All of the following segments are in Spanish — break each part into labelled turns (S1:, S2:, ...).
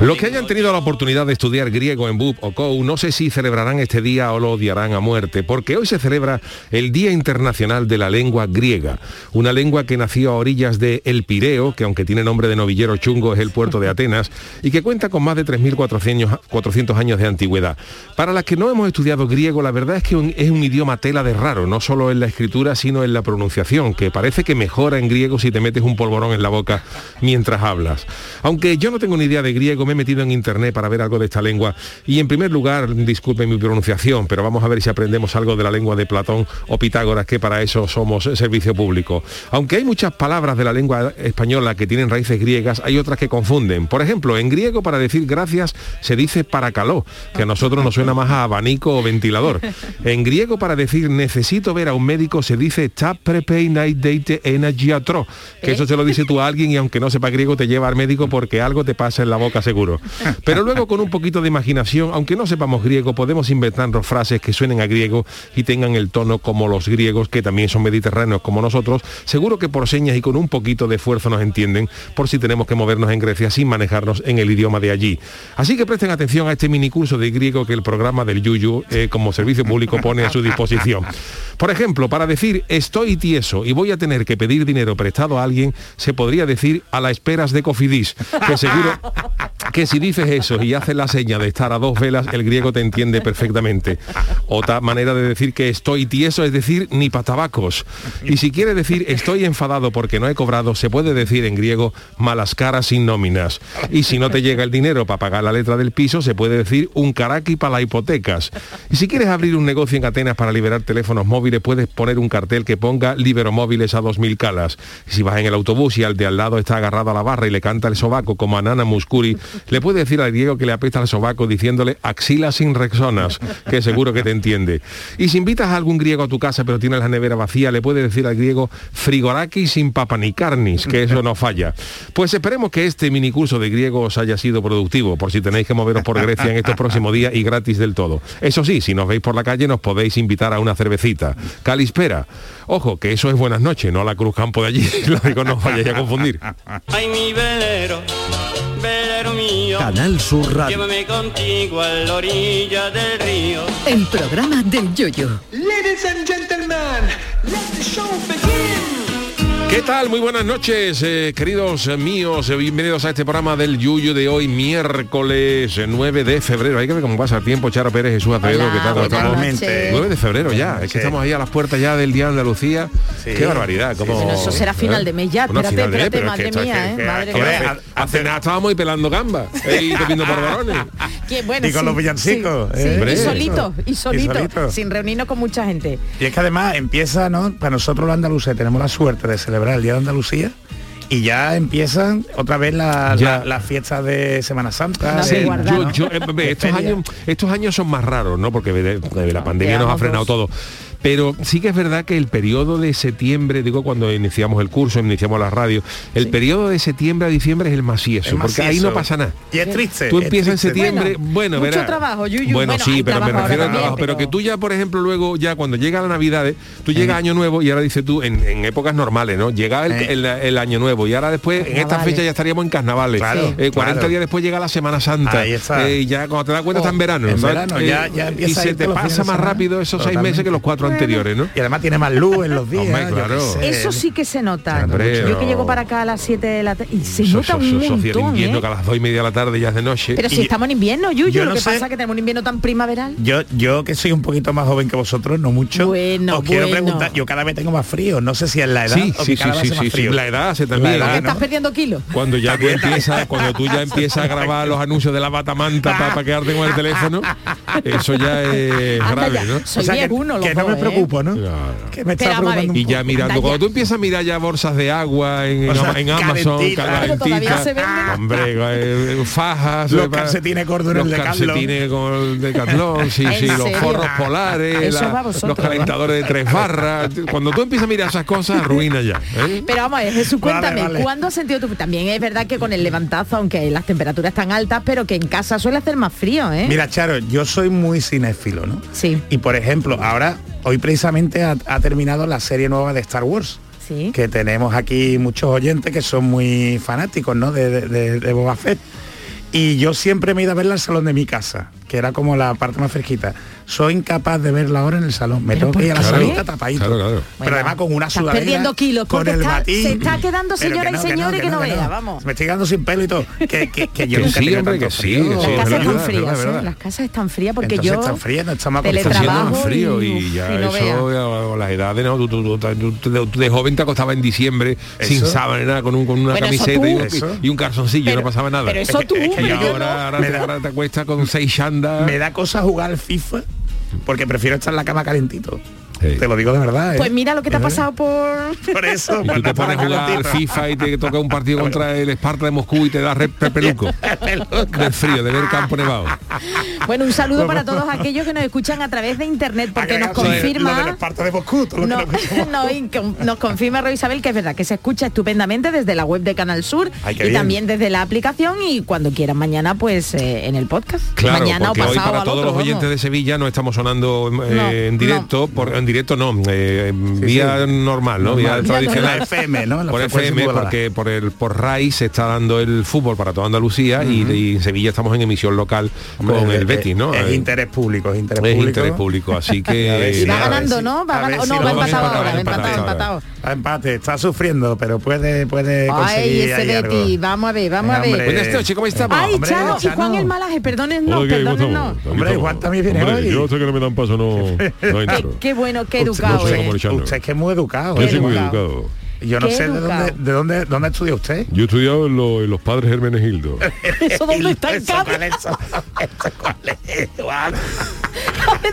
S1: Los que hayan tenido la oportunidad de estudiar griego en BUP o COU no sé si celebrarán este día o lo odiarán a muerte, porque hoy se celebra el Día Internacional de la Lengua Griega, una lengua que nació a orillas de El Pireo, que aunque tiene nombre de novillero chungo es el puerto de Atenas, y que cuenta con más de 3.400 400 años de antigüedad. Para las que no hemos estudiado griego, la verdad es que un- es un idioma tela de raro, no solo en la escritura, sino en la pronunciación, que parece que mejora en griego si te metes un polvorón en la boca mientras hablas. Aunque yo no tengo ni idea de griego, me he metido en internet para ver algo de esta lengua y en primer lugar, disculpen mi pronunciación, pero vamos a ver si aprendemos algo de la lengua de Platón o Pitágoras, que para eso somos servicio público. Aunque hay muchas palabras de la lengua española que tienen raíces griegas, hay otras que confunden. Por ejemplo, en griego para decir gracias se dice paracaló, que a nosotros nos suena más a abanico o ventilador. En griego para decir necesito ver a un médico se dice "Ta prepeinaid deite enagiatro", que eso se lo dice tú a alguien y aunque no sepa griego te lleva al médico porque algo te pasa en la boca seguro. Pero luego con un poquito de imaginación, aunque no sepamos griego, podemos inventarnos frases que suenen a griego y tengan el tono como los griegos, que también son mediterráneos como nosotros. Seguro que por señas y con un poquito de esfuerzo nos entienden por si tenemos que movernos en Grecia sin manejarnos en el idioma de allí. Así que presten atención a este minicurso de griego que el programa del Yuyu eh, como servicio público pone a su disposición. Por ejemplo, para decir estoy tieso y voy a tener que pedir dinero prestado a alguien, se podría decir a la esperas de Cofidis, que seguro que si dices eso y haces la seña de estar a dos velas, el griego te entiende perfectamente. Otra manera de decir que estoy tieso es decir ni pa' tabacos. Y si quieres decir estoy enfadado porque no he cobrado, se puede decir en griego malas caras sin nóminas. Y si no te llega el dinero para pagar la letra del piso, se puede decir un caraqui para las hipotecas. Y si quieres abrir un negocio en Atenas para liberar teléfonos móviles, puedes poner un cartel que ponga libero móviles a 2.000 calas. Y si vas en el autobús y al de al lado está agarrado a la barra y le canta el sobaco como a Nana Muscuri, le puede decir al griego que le apesta el sobaco diciéndole axila sin rexonas, que seguro que te entiende. Y si invitas a algún griego a tu casa pero tienes la nevera vacía, le puede decir al griego frigoraki sin papa ni carnis, que eso no falla. Pues esperemos que este minicurso de griego os haya sido productivo, por si tenéis que moveros por Grecia en estos próximos días y gratis del todo. Eso sí, si nos veis por la calle nos podéis invitar a una cervecita. Calispera. Ojo, que eso es buenas noches, no la Cruz Campo de allí, lo digo, no os vayáis a confundir.
S2: Ay, mi velero, velero mío,
S3: Canal Sur Radio.
S2: llévame contigo a la orilla del río.
S4: El programa del yoyo.
S5: Ladies and gentlemen, let the show begin.
S1: ¿Qué tal? Muy buenas noches, eh, queridos eh, míos. Eh, Bienvenidos a este programa del Yuyu de hoy, miércoles eh, 9 de febrero. Hay que ver cómo pasa el tiempo, Charo Pérez, Jesús Acevedo,
S6: Hola,
S1: ¿qué tal? ¿Cómo
S6: buenas
S3: Ah,
S1: estamos?
S6: noches.
S1: 9 de febrero ya, es que
S6: Sí.
S1: estamos ahí a las puertas ya del Día de Andalucía.
S6: Sí.
S1: Qué barbaridad. Como... ¿eh?
S6: Bueno,
S3: eso será final de mes ya.
S1: Bueno,
S3: Espérate,
S1: final de mes,
S3: espérate,
S1: pero es que
S3: madre
S1: esto es
S3: mía,
S1: que-
S3: ¿eh?
S1: que-
S3: Madre
S1: que-
S3: mía.
S1: que- Hace nada estábamos ahí pelando gambas eh, y comiendo bordarones.
S3: Que, bueno,
S6: Y con
S3: sí,
S6: los villancicos,
S3: sí,
S6: ¿eh?
S3: sí,
S1: Hombre,
S3: y solito, y
S6: y
S3: solito,
S6: solito.
S3: sin reunirnos con mucha gente.
S6: Y es que además empieza, ¿no? Para nosotros los andaluces tenemos la suerte de celebrar el Día de Andalucía y ya em- empiezan otra vez la-
S1: Ya.
S6: la- las fiestas de Semana Santa.
S3: No,
S6: de-
S1: Sí,
S3: de guardar,
S1: yo-
S3: ¿no?
S1: yo, eh, ve, estos,
S6: Feria.
S1: años, estos años son más raros, ¿no? Porque ve- ve, la pandemia nos ha
S3: Llevamos
S1: frenado
S3: dos.
S1: todo. Pero sí que es verdad que el periodo de septiembre, digo cuando iniciamos el curso, iniciamos la radio, el periodo de septiembre a diciembre es el
S6: es
S1: macieso, porque ahí
S6: macizo.
S1: no pasa nada.
S6: Y es triste.
S1: Tú
S6: es
S1: empiezas en
S6: triste.
S1: septiembre,
S3: Bueno,
S1: bueno,
S3: mucho
S1: verás.
S3: trabajo, Yuyu.
S1: Bueno,
S3: Bueno,
S1: sí,
S3: hay
S1: pero me
S3: trabajo ahora
S1: refiero a
S3: también,
S1: trabajo, pero...
S3: pero-
S1: que tú ya, por ejemplo, luego ya cuando llega la Navidad, eh, tú llegas Año Nuevo y ahora dices tú en, en épocas normales, ¿no? Llega el,
S6: Eh.
S1: el- el Año Nuevo y ahora después en esta
S3: Carnavales.
S1: fecha ya estaríamos en carnavales.
S6: Claro,
S1: Eh, 40
S6: claro.
S1: días después llega la Semana Santa.
S6: Ahí está.
S1: Eh, y ya cuando te das cuenta
S6: Oh,
S1: está en verano.
S6: en
S1: ¿sabes?
S6: verano, ya- ya
S1: y
S6: empieza a
S1: se
S6: irte
S1: te
S6: los fines
S1: pasa
S6: de
S1: más
S6: semana.
S1: rápido esos seis
S6: Totalmente.
S1: meses que los cuatro anteriores, ¿no?
S6: Y además tiene más luz en los días.
S1: Hombre,
S6: yo qué
S1: claro.
S6: sé.
S3: Eso sí que se nota.
S1: Hombre,
S3: Yo que
S1: no.
S3: llego para acá a las 7 de la tarde y se
S1: Eso-
S3: nota
S1: eso-
S3: un
S1: eso hacía el
S3: montón,
S1: invierno
S3: ¿eh?
S1: que a las 2 y media de la tarde ya es de noche.
S3: Pero si
S6: Y-
S3: estamos en invierno, Yuyu,
S6: yo
S3: lo
S6: no
S3: que
S6: sé-
S3: pasa es que tenemos un invierno tan primaveral.
S6: Yo, yo que soy un poquito más joven que vosotros, no mucho.
S3: Bueno,
S6: os quiero
S3: bueno.
S6: preguntar, yo cada vez tengo más frío, no sé si es la edad
S1: Sí,
S6: o
S1: sí,
S6: que cada
S1: sí,
S6: vez
S1: sí,
S6: hace
S1: sí,
S6: más
S1: sí.
S6: frío.
S1: La edad hace también,
S6: La
S1: ¿no?
S6: edad,
S3: Estás perdiendo kilos.
S1: Cuando ya tú empiezas, cuando tú ya empiezas a grabar los anuncios de la batamanta para quedarte con el teléfono, eso ya es
S3: Anda
S1: grave,
S3: ya.
S1: ¿no?
S3: Soy
S6: que,
S3: viejuno, los
S6: que no me
S3: dos, ¿eh?
S6: preocupo, ¿no?
S1: Claro.
S6: Que me
S3: Pero
S6: está
S3: vamos a ver.
S6: preocupando
S1: Y
S6: un
S1: ya
S6: poco.
S1: mirando,
S3: Anda
S1: cuando
S3: ya.
S1: tú empiezas a mirar ya bolsas de agua en,
S6: O sea,
S1: en Amazon,
S6: calentita.
S3: Claro, todavía se venden.
S1: hombre, eh, fajas,
S6: Los
S1: eh, para-
S6: calcetines gordos en
S1: los
S6: el Decathlon.
S1: calcetines con el Decathlon, sí,
S3: ¿En
S1: sí, los
S3: serio?
S1: forros polares,
S3: Eso
S1: la-
S3: va vosotros,
S1: los calentadores de tres barras. Cuando tú empiezas a mirar esas cosas, arruina ya. ¿eh?
S3: Pero vamos, a ver, Jesús,
S6: Vale,
S3: cuéntame,
S6: vale.
S3: ¿cuándo has sentido tú? También es verdad que con el levantazo, aunque las temperaturas están altas, pero que en casa suele hacer más frío, ¿eh?
S6: Mira, Charo, yo soy muy cinéfilo, ¿no?
S3: Sí.
S6: Y por ejemplo, ahora, hoy precisamente ha, ha terminado la serie nueva de Star Wars.
S3: Sí.
S6: Que tenemos aquí muchos oyentes que son muy fanáticos, ¿no? De, de- de- de Boba Fett. Y yo siempre me he ido a verla al salón de mi casa, que era como la parte más fresquita. Soy incapaz de verla ahora en el salón. Me
S3: ¿Pero
S6: tengo
S3: por
S6: que ir a la
S3: qué?
S6: salita tapadito.
S1: Claro, claro.
S6: Pero además con una
S3: Estás
S6: sudadera.
S3: perdiendo kilos,
S6: con
S3: porque
S6: el
S3: está-
S6: batín.
S3: se está quedando,
S6: Pero
S3: señoras y señores, que no vea, vamos.
S6: Me estoy quedando sin pelo y todo. Que, que- que yo
S1: Que
S6: nunca he
S1: sí,
S6: tenido
S1: hombre,
S6: tanto
S1: que sí,
S6: frío.
S1: que
S3: Las
S1: sí,
S3: casas
S1: es verdad,
S3: están
S1: es
S3: frías,
S1: verdad, es
S3: ¿eh?
S1: verdad.
S3: las casas están frías porque
S6: Entonces
S3: yo
S6: están frías, no estamos
S1: Está haciendo más
S3: teletrabajo
S1: frío
S3: y,
S1: y ya
S3: y no vea.
S1: eso ya, a la edad de no, tú, tú- tú- tú- tú- tú de joven te acostabas en diciembre sin
S6: Eso.
S1: sábana con un con una
S3: Bueno, eso
S1: camiseta y
S6: tú.
S1: un, y un calzoncillo
S3: Pero-
S1: no pasaba nada
S3: pero
S1: Es
S3: eso
S1: que-
S3: tú,
S1: es que
S3: pero yo
S1: ahora,
S3: no.
S1: ahora
S6: Me
S1: te,
S6: da-
S1: ahora te acuestas con seis chandas
S6: Me da cosa jugar al FIFA porque prefiero estar en la cama calentito.
S1: Sí.
S6: Te lo digo de verdad. ¿eh?
S3: Pues mira lo que te ha pasado por...
S6: Por eso.
S1: y tú te pones a jugar al FIFA y te toca un partido contra el Esparta de Moscú y te da rep peluco del frío de ver campo nevado
S3: Bueno, un saludo para todos aquellos que nos escuchan a través de internet porque nos
S6: eh, Lo de los
S3: confirma...
S6: partos de Moscú, todo lo
S3: No,
S6: que nos escuchamos.
S3: no, y con- nos confirma Roy Isabel que es verdad que se escucha estupendamente desde la web de Canal Sur
S6: Ay, qué
S3: y
S6: bien.
S3: también desde la aplicación y cuando quieran mañana pues eh, en el podcast.
S1: Claro,
S3: mañana o
S1: porque
S3: pasado
S1: hoy para
S3: al
S1: todos
S3: otro,
S1: los oyentes
S3: vamos.
S1: de Sevilla no estamos sonando eh,
S3: No,
S1: en
S3: no.
S1: directo, por, en directo no, eh, vía normal, ¿no? Vía
S6: Normal.
S1: tradicional.
S6: La FM, ¿no? La
S1: por
S6: frecuencia
S1: FM,
S6: modulada.
S1: porque por el por RAI se está dando el fútbol para toda Andalucía y- y, en Sevilla estamos en emisión local con
S6: Hombre,
S1: el
S6: es-
S1: Betis, ¿no?
S6: Pues, Es,
S1: Eh,
S6: interés público, es interés
S1: es
S6: público.
S1: interés público, así
S6: A ver
S1: que
S6: si-
S3: Y va
S6: A ver
S3: ganando,
S6: si-
S3: ¿no? Va
S6: a ver
S3: ganando.
S6: si
S3: no,
S6: lo
S3: va
S6: vamos a
S3: empatado
S6: empatar,
S3: ahora, va
S6: va
S3: empatado,
S1: empatado.
S3: empatado.
S6: A Ah, empate, está sufriendo, pero puede, puede
S3: Ay,
S6: conseguir
S3: ese
S6: ahí
S3: Betty,
S6: algo.
S3: vamos a ver, vamos a
S6: Venga,
S3: ver.
S6: hombre.
S1: Buenas noches, ¿cómo estamos?
S3: Ay,
S6: Hombre,
S3: Chano, y
S6: Chano.
S3: Juan el Malaje, perdónennos, perdónennos.
S6: Hombre, Juan también viene Hombre, hoy. yo
S1: sé que no me dan paso, no,
S3: Qué, qué bueno, qué educado.
S1: sé
S3: eh.
S1: cómo le Chano.
S6: Usted es que es muy educado.
S3: Yo
S6: ¿eh?
S3: soy muy educado.
S6: Yo no
S3: Qué
S6: sé de
S3: educado.
S6: dónde, de dónde, dónde estudia usted.
S1: Yo he estudiado en, los padres Hermenegildo.
S3: ¿Eso dónde está el
S6: Eso,
S3: cable?
S6: ¿cuál es? Eso, Este ah, ¿cuál es? Guau.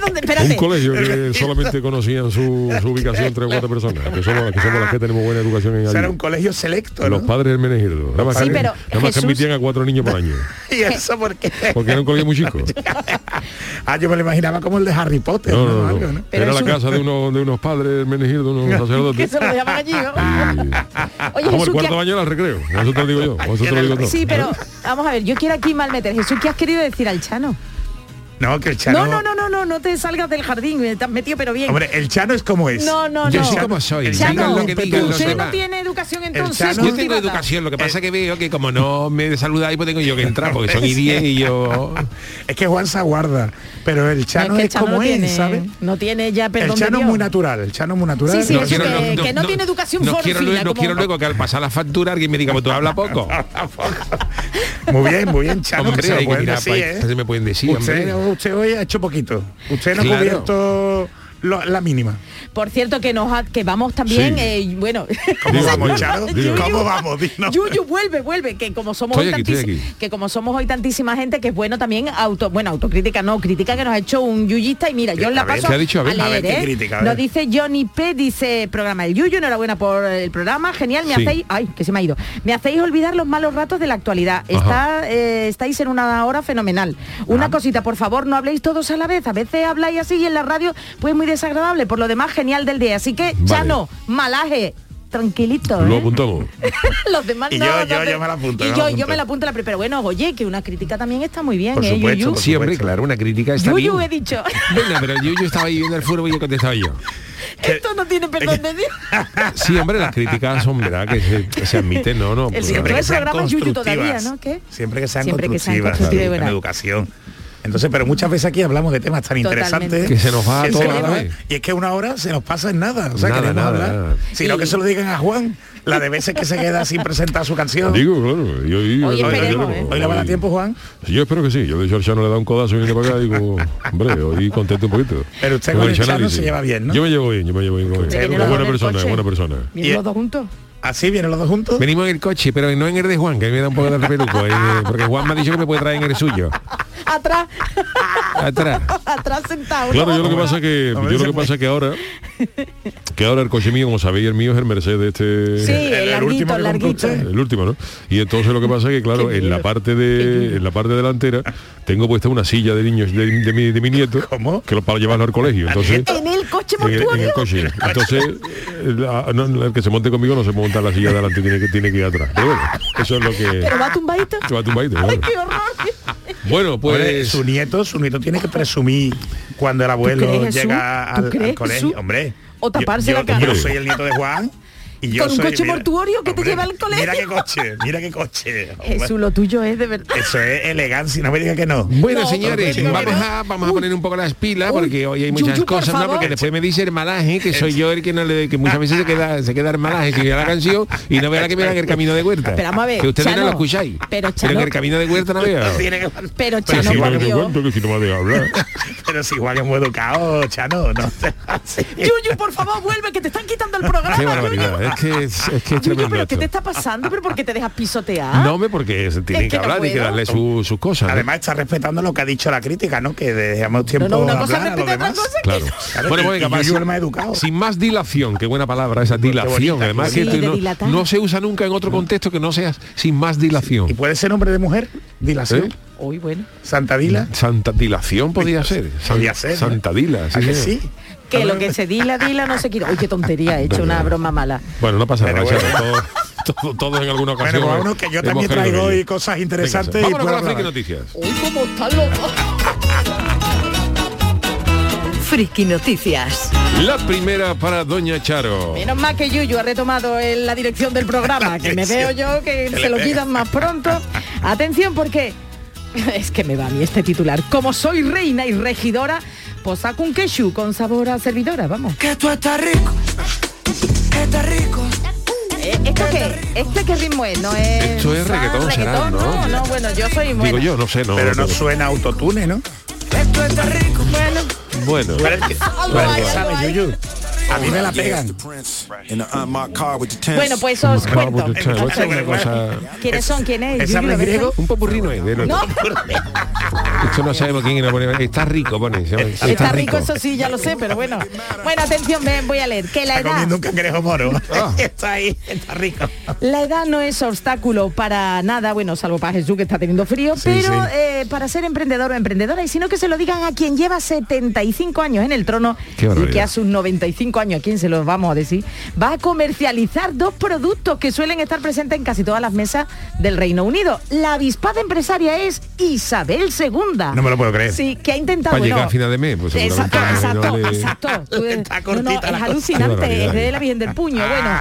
S3: ¿Dónde? Espérate.
S1: colegio que solamente conocían su, ubicación tres o cuatro personas, que somos, las que tenemos buena educación en
S6: Será un colegio selecto,
S1: Los
S6: ¿no?
S1: padres del Menegildo. Nada más,
S3: Sí,
S1: que-
S3: pero
S1: nada más que
S3: Jesús-
S1: admitían a cuatro niños por año.
S6: Y eso porque...
S1: Porque era un colegio muy chico.
S6: Ah, yo me lo imaginaba como el de Harry Potter.
S1: No,
S6: ¿no?
S1: no,
S6: Algo,
S1: no.
S6: ¿no?
S3: Pero
S1: Era
S3: es
S1: la
S3: un-
S1: casa de unos, de unos padres Menegildo, unos
S3: Que
S1: sacerdotes.
S3: se lo dejaban allí, ¿no? Oye,
S1: Como
S3: Jesús,
S1: el cuarto
S3: ¿qué-
S1: baño era el recreo. Eso te lo digo yo. Eso te lo digo todo.
S3: Sí, pero vamos a ver, yo quiero aquí mal meter. Jesús, ¿qué has querido decir al Chano?
S6: No, que el Chano...
S3: No, no, no, no, no, no te salgas del jardín, me estás metido pero bien.
S6: Hombre, el Chano es como es.
S3: No, no,
S1: Yo
S3: no.
S1: soy como soy.
S6: El
S1: digan
S3: Chano,
S1: lo que digan los
S3: usted
S1: demás.
S3: no tiene educación entonces.
S6: Chano-
S1: Yo tengo
S3: cultívata.
S1: educación, lo que
S3: Eh.
S1: pasa es que veo que como no me saludáis, pues tengo yo que entrar, porque son y 10 y yo...
S6: Es que Juan se aguarda, pero el
S3: No,
S6: Chano
S3: que
S6: es,
S3: el Chano
S6: como
S3: no
S6: es,
S3: tiene-
S6: ¿sabes?
S3: No tiene ya
S6: El
S3: perdón de
S6: Chano es
S3: Dios.
S6: muy natural, el Chano es muy natural.
S3: Sí, sí,
S6: No,
S3: eso
S6: quiero-
S3: que-
S6: no,
S3: no tiene educación
S1: no quiero,
S3: forofina,
S1: no
S3: como-
S1: quiero luego que al pasar la factura alguien me diga, pues tú hablas poco.
S6: tampoco. muy bien, muy bien, Chano,
S1: Hombre,
S6: que se lo
S1: hay que
S6: pueden
S1: mirar
S6: decir,
S1: pa-
S6: ¿eh?
S1: se me pueden decir,
S6: usted,
S1: hombre.
S6: usted hoy ha hecho poquito. Usted no
S1: Claro.
S6: ha cubierto lo- la mínima.
S3: Por cierto, que nos ha- que vamos también,
S1: Sí.
S3: eh, bueno.
S6: ¿Cómo
S1: Digo,
S6: vamos,
S1: digo,
S6: Chano?
S1: digo.
S6: ¿Cómo vamos? Dinos.
S3: Yuyu, vuelve, vuelve, que como somos
S1: Estoy
S3: hoy
S1: aquí, estoy
S3: tantísi-
S1: aquí.
S3: que como somos hoy tantísima gente, que es bueno también auto, bueno, autocrítica, no, crítica que nos ha hecho un yuyista y mira, yo
S6: A
S3: la
S6: ver,
S3: paso
S1: ¿qué ha dicho? A
S3: a
S1: ver,
S6: a ver
S3: leer,
S6: qué
S3: ¿eh?
S6: crítica, a
S3: Nos
S6: ver.
S3: dice Johnny P, dice programa El Yuyu, enhorabuena por el programa, genial, me
S1: Sí.
S3: hacéis, ay, que se me ha ido. Me hacéis olvidar los malos ratos de la actualidad. Está, eh, estáis en una hora fenomenal. Una
S1: Ah.
S3: cosita, por favor, no habléis todos a la vez. A veces habláis así y en la radio pues muy desagradable. Por lo demás, genial del día. Así que,
S1: Vale.
S3: Chano, malaje, tranquilito.
S1: Lo
S3: ¿eh?
S1: apuntamos.
S3: los demás
S6: Y
S3: no,
S6: yo-
S3: no,
S6: yo-
S3: no.
S6: yo me la apunto,
S3: Y
S6: yo me la
S3: yo, yo
S6: apunto.
S3: me la apunto la pri- pero bueno, oye, que una crítica también está muy bien,
S6: Por
S3: ¿eh,
S6: supuesto,
S3: Yuyu?
S6: por
S1: Sí, hombre, claro, una crítica está
S3: Yuyu,
S1: bien.
S3: he dicho.
S1: Venga, pero yo, yo estaba ahí viendo el fútbol y yo contestaba yo.
S3: Esto no tiene perdón de Dios.
S6: Ah,
S1: Sí, hombre, las críticas son verdad que se, que se admiten, no, no.
S3: El
S1: pues,
S3: siempre
S1: claro.
S3: programa es Yuyu
S6: constructivas.
S3: todavía, ¿no? ¿Qué?
S6: Siempre que sean
S3: Siempre que sean
S6: constructivas,
S3: constructivas,
S6: en
S3: ¿verdad?
S6: educación. Entonces, pero muchas veces aquí hablamos de temas tan
S3: Totalmente.
S6: interesantes
S1: Que se nos va
S6: se
S1: toda
S6: nos
S1: la
S6: va.
S1: vez.
S6: y es que una hora se nos pasa en nada, o sea,
S1: Nada,
S6: queremos
S1: nada,
S6: hablar.
S1: nada.
S6: Sino
S3: Y-
S6: que se lo digan a Juan, la de veces que se queda sin presentar su canción.
S7: Digo, claro. Yo, yo-
S3: Hoy
S7: yo- yo-
S3: esperemos,
S7: yo-
S3: ¿eh?
S6: Hoy le va a tiempo, Juan.
S7: Yo espero que sí. Yo de Chorchano le da un codazo y viene para acá y digo, hombre, hoy contento un poquito.
S6: Pero usted
S7: Como
S6: con
S7: he
S6: el
S7: dicho,
S6: Chano
S7: análisis.
S6: se lleva bien, ¿no?
S7: Yo me llevo bien, yo me llevo bien. con él.
S3: viene
S7: Es
S3: los dos
S7: buena
S3: en el
S7: persona, es
S3: coche.
S7: buena persona.
S3: Vienen
S6: Y-
S3: los dos juntos.
S6: Así vienen los dos juntos.
S1: Venimos en el coche, pero no en el de Juan, que me da un poco de repeluco, eh, porque Juan me ha dicho que me puede traer en el suyo.
S3: Atrás,
S1: Atrás.
S3: atrás sentado.
S7: Claro,
S3: ¿no?
S7: yo lo que pasa que
S6: Hombre,
S7: yo lo que
S6: hombre.
S7: pasa que ahora que ahora el coche mío, como sabéis, el mío es el Mercedes este
S3: Sí, el,
S6: el último
S3: larguito,
S6: que
S3: larguito.
S6: compró
S7: el último, ¿no? Y entonces lo que pasa es que claro, en la parte de en la parte delantera tengo puesta una silla de niños de, de mi, de mi nieto,
S6: ¿Cómo?
S7: que lo, para llevarlo al colegio. Entonces
S3: En el coche
S7: en el, en
S3: mortuorio.
S7: el coche. Entonces, la- no, no, el que se monte conmigo no se monta en la silla de delante, tiene que, tiene que ir atrás. Pero bueno, eso es lo que...
S3: Pero va tumbadito.
S7: Se va tumbadito, claro.
S3: Ay, qué horror.
S1: Bueno,
S6: Hombre,
S1: pues
S6: su nieto, su nieto tiene que presumir cuando el abuelo
S3: crees, Jesús?
S6: llega
S3: ¿Tú
S6: al, al
S3: crees,
S6: colegio.
S3: Jesús?
S6: Hombre.
S3: O
S6: yo-
S3: taparse
S6: yo,
S3: la cara.
S6: Yo soy el nieto de Juan. Y yo
S3: Con un
S6: soy-
S3: coche mortuorio que te lleva al colegio.
S6: Mira qué coche, mira qué coche. hombre.
S3: Jesús, lo tuyo es de verdad.
S6: Eso es elegancia, no me diga que no.
S1: Bueno,
S3: No,
S1: señores,
S3: no, no,
S1: vamos,
S3: no.
S1: a, vamos a poner un poco las pilas
S3: Uy,
S1: porque hoy hay muchas
S3: Yuyu, por
S1: cosas, ¿no?
S3: favor.
S1: Porque después me dice el malaje, que soy yo el que no le, que muchas veces se queda, se queda el malaje, que vea la canción y no vea la que vea en el camino de huerta.
S3: Pero vamos a ver,
S1: Que ustedes no
S3: Chano,
S1: lo escucháis.
S3: pero
S1: en
S3: Chano-
S1: el camino de huerta no vea.
S6: Tiene que-
S3: Pero
S7: Que
S3: Chano,
S7: si no
S3: por
S7: que me
S3: Dios.
S7: cuento, que si no me ha dejado hablar.
S6: Pero si Juan es muy educado, Chano, no te hace.
S3: Yuyu, por favor, vuelve, que te están quitando el programa.
S1: Qué
S3: Yuyu. Ah,
S1: barbaridad.
S7: ¿eh?
S1: Es que es, es que es
S3: Yuyu,
S1: tremendo
S3: pero ¿qué
S1: esto.
S3: te está pasando? ¿Pero por qué te dejas pisotear?
S1: No, hombre, porque se tienen
S3: Es
S1: que,
S3: que no
S1: hablar y que
S3: puedo.
S1: darle su- sus cosas. ¿no?
S6: Además está respetando lo que ha dicho la crítica, ¿no? Que dejamos tiempo
S3: No, no, una cosa
S6: hablar a los
S3: respeta otra
S6: demás.
S3: cosa.
S1: Claro.
S6: Claro, y- y
S1: va,
S6: Yuyu
S1: sin-
S6: el más educado.
S1: Sin más dilación, qué buena palabra esa dilación.
S6: bonita, qué
S1: Además que
S3: bonita. Sí, de
S1: no-
S3: dilatar.
S1: no se usa nunca en otro contexto que no sea sin más dilación.
S6: Y puede ser hombre de mujer, dilación.
S1: ¿Eh?
S3: Hoy, bueno.
S6: Santa Dila. Pues,
S1: Santa Dilación podía ser.
S6: Podía ser, ¿no?
S1: Santa Dila, sí,
S6: ¿A que
S1: señor.
S6: sí?
S3: Que lo que se dila, dila, no se quita. Uy, qué tontería, he hecho una broma mala.
S1: Bueno, no pasa
S6: Pero
S1: nada,
S6: bueno.
S1: Charo, todo- todo- Todos en alguna
S6: Bueno,
S1: ocasión.
S6: pues vámonos, que yo
S1: hemos
S6: también
S1: caído en
S6: traigo hoy
S1: ello.
S6: cosas
S1: Venga,
S6: interesantes. y
S1: vámonos con
S6: puedo
S1: las friki
S6: hablar.
S1: noticias.
S3: Uy, cómo está loco.
S4: Friki Noticias.
S1: La primera para Doña Charo.
S3: Menos mal que Yuyu ha retomado el- la dirección del programa, que me veo yo que se lo quitan más pronto. Atención porque es que me va a mí este titular. Como soy reina y regidora, pues saco un quesu con sabor a servidora, vamos.
S5: Que tú estás rico, que estás rico.
S3: Eh, ¿Esto qué? ¿Este qué ritmo es? No es
S1: Esto es
S3: Ah,
S1: reggaetón, será, ¿no?
S3: no, bueno, yo soy muy
S1: Digo yo, no sé, no.
S6: Pero no
S1: no-
S6: suena autotune, ¿no?
S1: Bueno,
S6: Tú eres el que- tú eres el que sabe, Yuyu. A mí me la pegan.
S3: Bueno, pues os
S1: Bravo,
S3: cuento.
S1: Charo,
S3: Os
S1: esta es una
S3: cuento.
S1: cosa-
S3: ¿Quiénes son? ¿Quién es?
S6: ¿Esa
S3: Yuyu,
S6: habla
S3: a ver,
S6: griego?
S3: ¿sabes?
S1: un popurrino es. de lo-
S3: No,
S1: Esto no sabemos quién lo pone. Está rico, pone. se llama-
S3: está, rico, eso sí, ya lo sé, pero bueno. Bueno, atención, ven, voy a leer. Que la
S6: Está
S3: edad
S6: comiendo un cangrejo moro.
S1: Ah.
S6: Está ahí, está rico.
S3: La edad no es obstáculo para nada, bueno, salvo para Jesús que está teniendo frío, pero
S6: sí.
S3: eh, para ser emprendedor o emprendedora, y sino que se lo digan a quien lleva 75 años en el trono
S1: Qué
S3: y
S1: barbaridad.
S3: que a sus 95 años, ¿a quién se los vamos a decir? Va a comercializar dos productos que suelen estar presentes en casi todas las mesas del Reino Unido. La avispada empresaria es Isabel II.
S6: No me lo puedo creer.
S3: Sí, que ha intentado...
S1: Para llegar a final de mes, pues,
S3: Exacto,
S1: seguramente no
S3: exacto,
S1: le-
S3: exacto. Tú-
S6: Está
S3: no, no,
S6: cortita la
S3: es
S6: cosa.
S1: Qué
S3: alucinante,
S1: barbaridad.
S3: es de la Virgen del Puño. Bueno,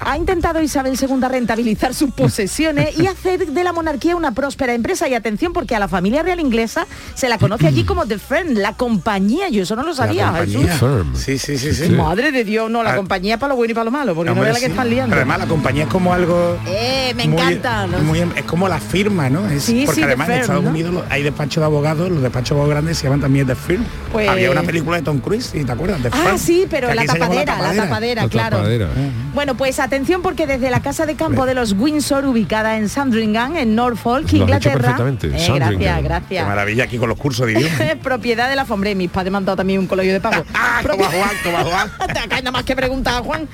S3: ha intentado Isabel II rentabilizar sus posesiones y hacer de la monarquía una próspera empresa. Y atención, porque a la familia real inglesa se la conoce allí como The Firm, la compañía. Yo eso no lo sabía. Jesús.
S1: compañía. Firm.
S6: Sí, sí, sí, sí.
S1: Sí.
S3: Madre de Dios, no, la
S6: Ah.
S3: compañía para lo bueno y para lo malo, porque
S6: Hombre,
S3: no vea la que
S6: sí.
S3: están liando.
S6: Pero además la compañía es como algo...
S3: Eh, me
S6: muy-
S3: encanta. ¿no?
S6: muy- em, es como la firma, ¿no? Es,
S3: Sí,
S6: porque
S3: sí, The
S6: además en
S3: Firm,
S6: Estados
S3: ¿no?
S6: Unidos lo- hay despachos de abogados, los despachos de abogados grandes se llaman también The Firm.
S3: Pues-
S6: Había una película de Tom Cruise, ¿y te acuerdas? The
S3: Ah,
S6: Firm,
S3: sí, pero
S6: que
S3: la
S6: aquí se llamó
S3: tapadera, la tapadera,
S1: La
S3: claro.
S1: tapadera.
S3: Bueno, pues atención porque desde la casa de campo de los Windsor, ubicada en Sandringham, en Norfolk,
S1: Lo has dicho
S3: Inglaterra.
S1: perfectamente,
S3: Eh,
S1: Sandringham.
S3: gracias,
S6: Qué
S3: gracias.
S6: maravilla aquí con los cursos de idioma.
S3: Propiedad de la Fombre, mis padres me han dado también un colegio de pago.
S6: ¡Ah, toma
S3: Propiedad-
S6: Juan, toma Juan!
S3: Te acá hay nada más que preguntar, Juan.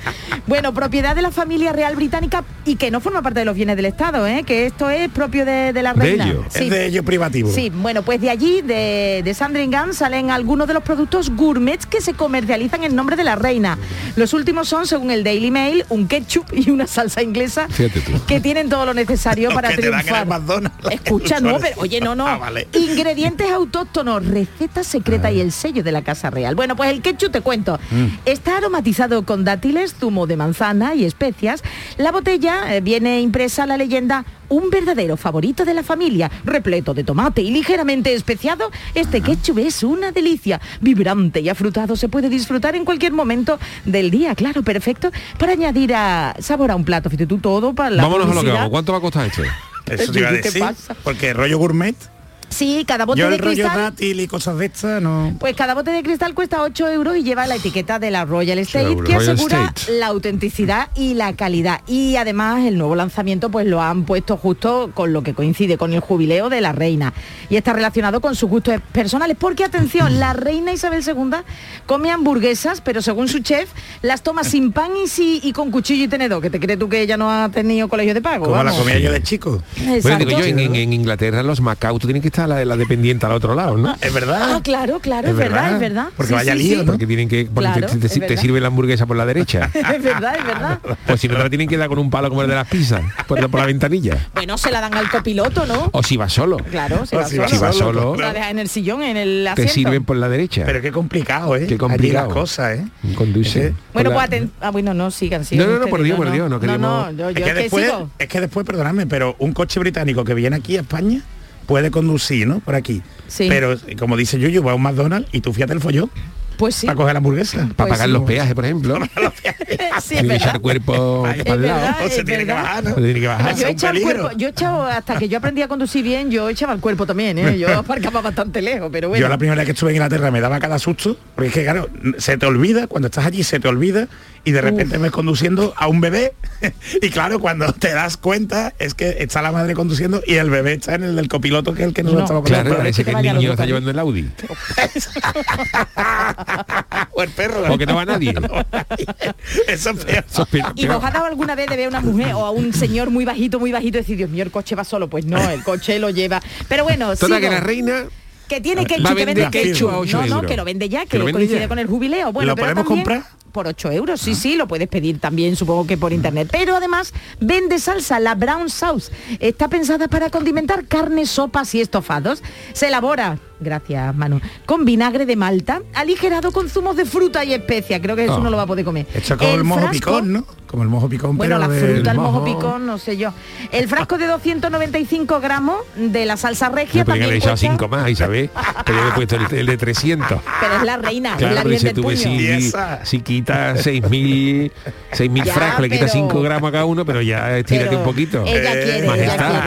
S3: Bueno, propiedad de la familia real británica y que no forma parte de los bienes del Estado, ¿eh? que esto es propio de, de la
S1: De
S3: reina.
S1: ellos.
S3: Sí.
S6: Es de ellos privativo.
S3: Sí, bueno, pues de allí, de, de Sandringham, salen algunos de los productos gourmets que se comercializan en nombre de la reina. Los últimos son, según el Daily Mail, un ketchup y una salsa inglesa
S1: Fíjate tú.
S3: que tienen todo lo necesario
S6: Lo
S3: para
S6: que te dan en
S3: triunfar.
S6: el McDonald's.
S3: Escucha, no, pero oye, no, no.
S6: Ah, vale.
S3: Ingredientes autóctonos, receta secreta y el sello de la Casa Real. Bueno, pues el ketchup te cuento.
S1: Mm.
S3: Está aromatizado con dátiles, zumo de manzana y especias. La botella eh, viene impresa la leyenda un verdadero favorito de la familia, repleto de tomate y ligeramente especiado, este ketchup es una delicia. Vibrante y afrutado, se puede disfrutar en cualquier momento del día, claro, perfecto, para añadir a sabor a un plato. Fíjate tú todo para la
S1: Vámonos a lo que
S3: publicidad.
S1: vamos. ¿Cuánto va a costar esto?
S6: Eso te iba a
S3: ¿Qué
S6: decir.
S3: pasa?
S6: Porque rollo gourmet,
S3: Sí, cada bote
S6: yo
S3: de
S6: el rollo
S3: cristal...
S6: dátil y cosas de estas no.
S3: Pues cada bote de cristal cuesta 8 euros y lleva la etiqueta de la Royal State
S1: euros.
S3: que
S1: Royal
S3: asegura
S1: State.
S3: la autenticidad y la calidad. Y además el nuevo lanzamiento pues lo han puesto justo con lo que coincide con el jubileo de la reina. Y está relacionado con sus gustos personales. Porque atención, la reina Isabel II come hamburguesas, pero según su chef las toma sin pan y, sí- y con cuchillo y tenedor. Que te crees tú que ella no ha tenido colegio de pago.
S6: Como la
S3: Vamos.
S6: comía yo de chico.
S1: Bueno,
S3: Exacto.
S1: digo yo, en, en- en Inglaterra los Macau, tú tienes que estar la, la dependiente al otro lado, ¿no?
S6: Es verdad.
S3: Ah, claro, claro, es, verdad, es verdad.
S6: Porque
S3: Sí,
S6: vaya
S3: sí,
S6: lío,
S3: sí.
S6: ¿no?
S1: Porque tienen que. porque
S3: Claro,
S1: te, te-
S3: es
S1: te
S3: verdad.
S1: sirve la hamburguesa por la derecha.
S3: Es verdad, es verdad.
S1: Pues si no te la tienen que dar con un palo como el de las pizzas, por la, por la ventanilla.
S3: Bueno, se la dan al copiloto, ¿no?
S1: O si vas solo.
S3: Claro, se
S1: oh,
S6: O
S3: la
S6: Ah, si
S3: solo.
S6: va
S1: solo,
S3: La
S6: claro.
S3: deja en el sillón, en el
S1: Te
S3: asiento.
S1: sirven por la derecha.
S6: Pero qué complicado, ¿eh?
S1: Qué
S6: Allí
S1: complicado.
S6: las cosas, ¿eh?
S1: Conduce.
S6: Es que-
S3: Bueno,
S1: Por
S3: pues
S1: la-
S3: aten- ah, bueno, no, sigan,
S1: No,
S3: sigan.
S1: no, no,
S3: ustedes,
S1: por Dios, por Dios, no queremos-
S3: No, yo,
S6: Es
S3: yo
S6: que,
S3: es que
S6: después,
S3: sigo.
S6: es que después, perdonadme, pero un coche británico que viene aquí a España puede conducir, ¿no? Por aquí.
S3: Sí.
S6: Pero como dice Yuyu, va a un McDonald's y tú fíjate el follón
S3: Pues sí.
S6: para coger la hamburguesa.
S1: Para
S3: Pues
S1: pagar
S3: sí.
S1: los peajes, por ejemplo.
S3: sí, es
S1: Tiene que
S3: verdad.
S1: echar cuerpo
S6: Vaya,
S1: para el lado.
S3: verdad,
S6: o se
S3: es
S6: tiene que
S3: verdad.
S6: bajar, ¿no?
S1: Se tiene que bajar.
S3: Pero
S6: es
S3: yo
S6: un
S3: he echado el
S6: peligro.
S3: cuerpo, yo he echado, hasta que yo aprendí a conducir bien, yo echaba el cuerpo también, ¿eh? Yo aparcaba bastante lejos, pero bueno.
S6: Yo la primera vez que estuve en Inglaterra me daba cada susto, porque es que claro, se te olvida, cuando estás allí se te olvida y de repente ves conduciendo a un bebé y claro, cuando te das cuenta es que está la madre conduciendo y el bebé está en el del copiloto que es el que nos
S3: No.
S6: estaba con
S1: Claro,
S6: el
S1: parece
S3: que
S1: que el
S3: vaya
S1: niño
S3: loco
S1: está
S3: también.
S1: llevando el Audi.
S6: o el perro.
S1: O que no va nadie.
S6: Eso es peor.
S1: Eso es pe-
S3: ¿Y
S1: peor.
S3: vos has dado alguna vez de ver a una mujer o a un señor muy bajito, muy bajito y decir, Dios mío, el coche va solo? Pues no, el coche lo lleva. Pero bueno,
S1: Toda que
S3: sigo.
S1: la reina
S3: que tiene
S1: Va a
S3: ketchup, que
S1: vender
S3: vende
S1: ketchup
S3: ketchup.
S1: a ocho
S3: no, no,
S1: euros.
S3: que lo vende ya,
S1: Que
S3: que
S1: lo vende
S3: coincide
S1: ya.
S3: con el jubileo. Bueno,
S6: ¿Lo
S3: pero
S6: podemos
S3: también
S6: comprar?
S3: Por 8 euros, sí, sí, lo puedes pedir también, supongo que por internet. Pero además vende salsa, la brown sauce. Está pensada para condimentar carnes, sopas y estofados. Se elabora, gracias Manu, con vinagre de Malta, aligerado con zumos de fruta y especias. Creo que eso
S1: Ah.
S3: no lo va a poder comer.
S6: Esto es como el, mojo
S3: frasco-
S6: picón, ¿no? Como el mojo picón,
S3: bueno, la
S6: pero
S3: fruta, el mojo
S6: del
S3: picón, no sé yo. El frasco de 295 gramos de la salsa regia
S1: le podían
S3: también
S1: haber echado
S3: cuesta-
S1: 5 más, Isabel. Podían haber puesto el, el de 300.
S3: Pero es la reina, es la
S1: Claro,
S3: bien
S1: dice
S3: del
S1: tú que
S3: puño.
S6: Y
S1: si,
S6: esa.
S1: si quita 6.000 6.000
S3: Ya,
S1: frases, le quita
S3: pero-
S1: 5 gramos a cada uno, pero ya estírate
S3: Pero eh,
S1: un poquito.
S3: Ella
S6: Eh,
S3: quiere, ella
S1: majestad.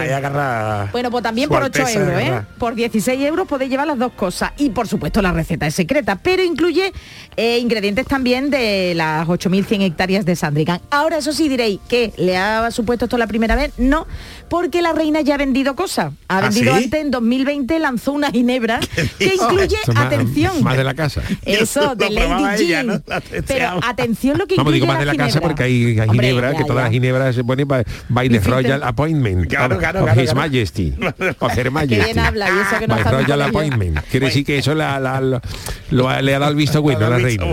S3: quiere. Bueno, pues también por 8 euros, ¿eh? Por 16 euros podéis llevar las dos cosas. Y por supuesto la receta es secreta, pero incluye eh, ingredientes también de las 8.100 hectáreas de Sandrigan. Ahora, eso sí diréis que le ha supuesto esto la primera vez. No, porque la reina ya ha vendido cosas. Ha
S6: ¿Ah,
S3: vendido
S6: sí?
S3: antes, en 2020 lanzó una ginebra que
S6: dices?
S3: incluye,
S1: Esto es más-
S3: atención,
S1: Más de la casa.
S3: eso,
S6: Lo
S3: de
S6: probaba
S3: Lady
S6: ella,
S3: Jean.
S6: ¿no? La testeaba.
S3: Pero atención lo que
S1: Vamos,
S3: incluye
S1: digo más de la casa
S3: ginebra.
S1: porque hay, hay
S3: Hombre,
S1: ginebra,
S3: ya,
S1: que todas
S3: ya.
S1: las ginebras se ponen by, by the
S3: Hiciste-
S1: Royal Appointment.
S6: Claro,
S1: of-
S6: claro,
S1: of
S6: claro,
S1: His
S6: claro.
S1: Majesty. Of Her Majesty.
S3: bien habla, y eso que no
S1: by
S3: está
S1: Royal
S3: hablando con
S1: Appointment. Quiere decir que eso la- la- lo, lo ha- le ha dado el visto bueno a la reina.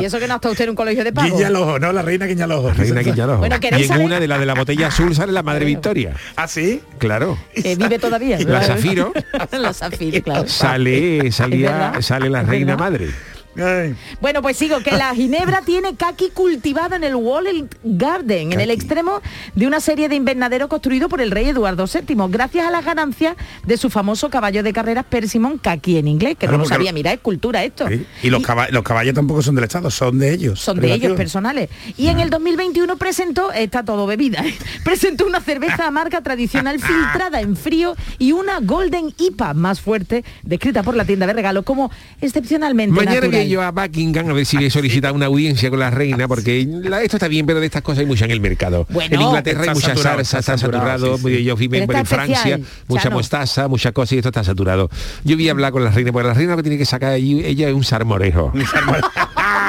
S3: Y eso que no está usted en un colegio de pago.
S6: Guiña el ojo, ¿no? La reina guiña el ojo.
S1: Reina Quiñarojo.
S3: Bueno,
S1: y
S3: ¿queréis
S1: en
S3: saber?
S1: una de las de la botella azul sale la madre Victoria.
S6: ¿Ah, sí?
S1: Claro.
S3: Que vive todavía.
S1: La Zafiro.
S3: la Zafiro, claro.
S1: Sale, salía,
S3: verdad,
S1: sale la
S3: es
S1: reina
S3: verdad.
S1: madre.
S6: Ay.
S3: Bueno, pues sigo, que la ginebra tiene kaki cultivada en el Wall Garden, en el extremo de una serie de invernaderos construido por el rey Eduardo VII, gracias a las ganancias de su famoso caballo de carreras Persimmon Kaki en inglés, que
S6: Claro,
S3: no lo
S6: porque
S3: sabía,
S6: lo-
S3: mira, es cultura esto.
S6: Sí. Y los, caba- los caballos tampoco son del Estado, son de ellos.
S3: son de
S6: Relativo.
S3: ellos personales. Y en el 2021 presentó, está todo bebida, ¿eh? presentó una cerveza marca tradicional filtrada en frío y una Golden IPA más fuerte, descrita por la tienda de regalo como excepcionalmente
S1: Mañana voy
S3: natural.
S1: yo a Buckingham a ver si he solicitado una audiencia con la reina, porque la- esto está bien, pero de estas cosas hay mucha en el mercado.
S3: Bueno,
S1: en Inglaterra hay
S6: está
S1: mucha
S6: saturado,
S1: salsa,
S6: está
S1: está saturado.
S6: saturado, sí, sí.
S1: Yo fui
S3: Pero
S1: en
S3: está
S1: Francia,
S3: especial,
S1: mucha
S3: Chano.
S1: mostaza, muchas cosas y esto está saturado. Yo voy a hablar con la reina, porque la reina lo que tiene que sacar allí, ella es un sarmorejo.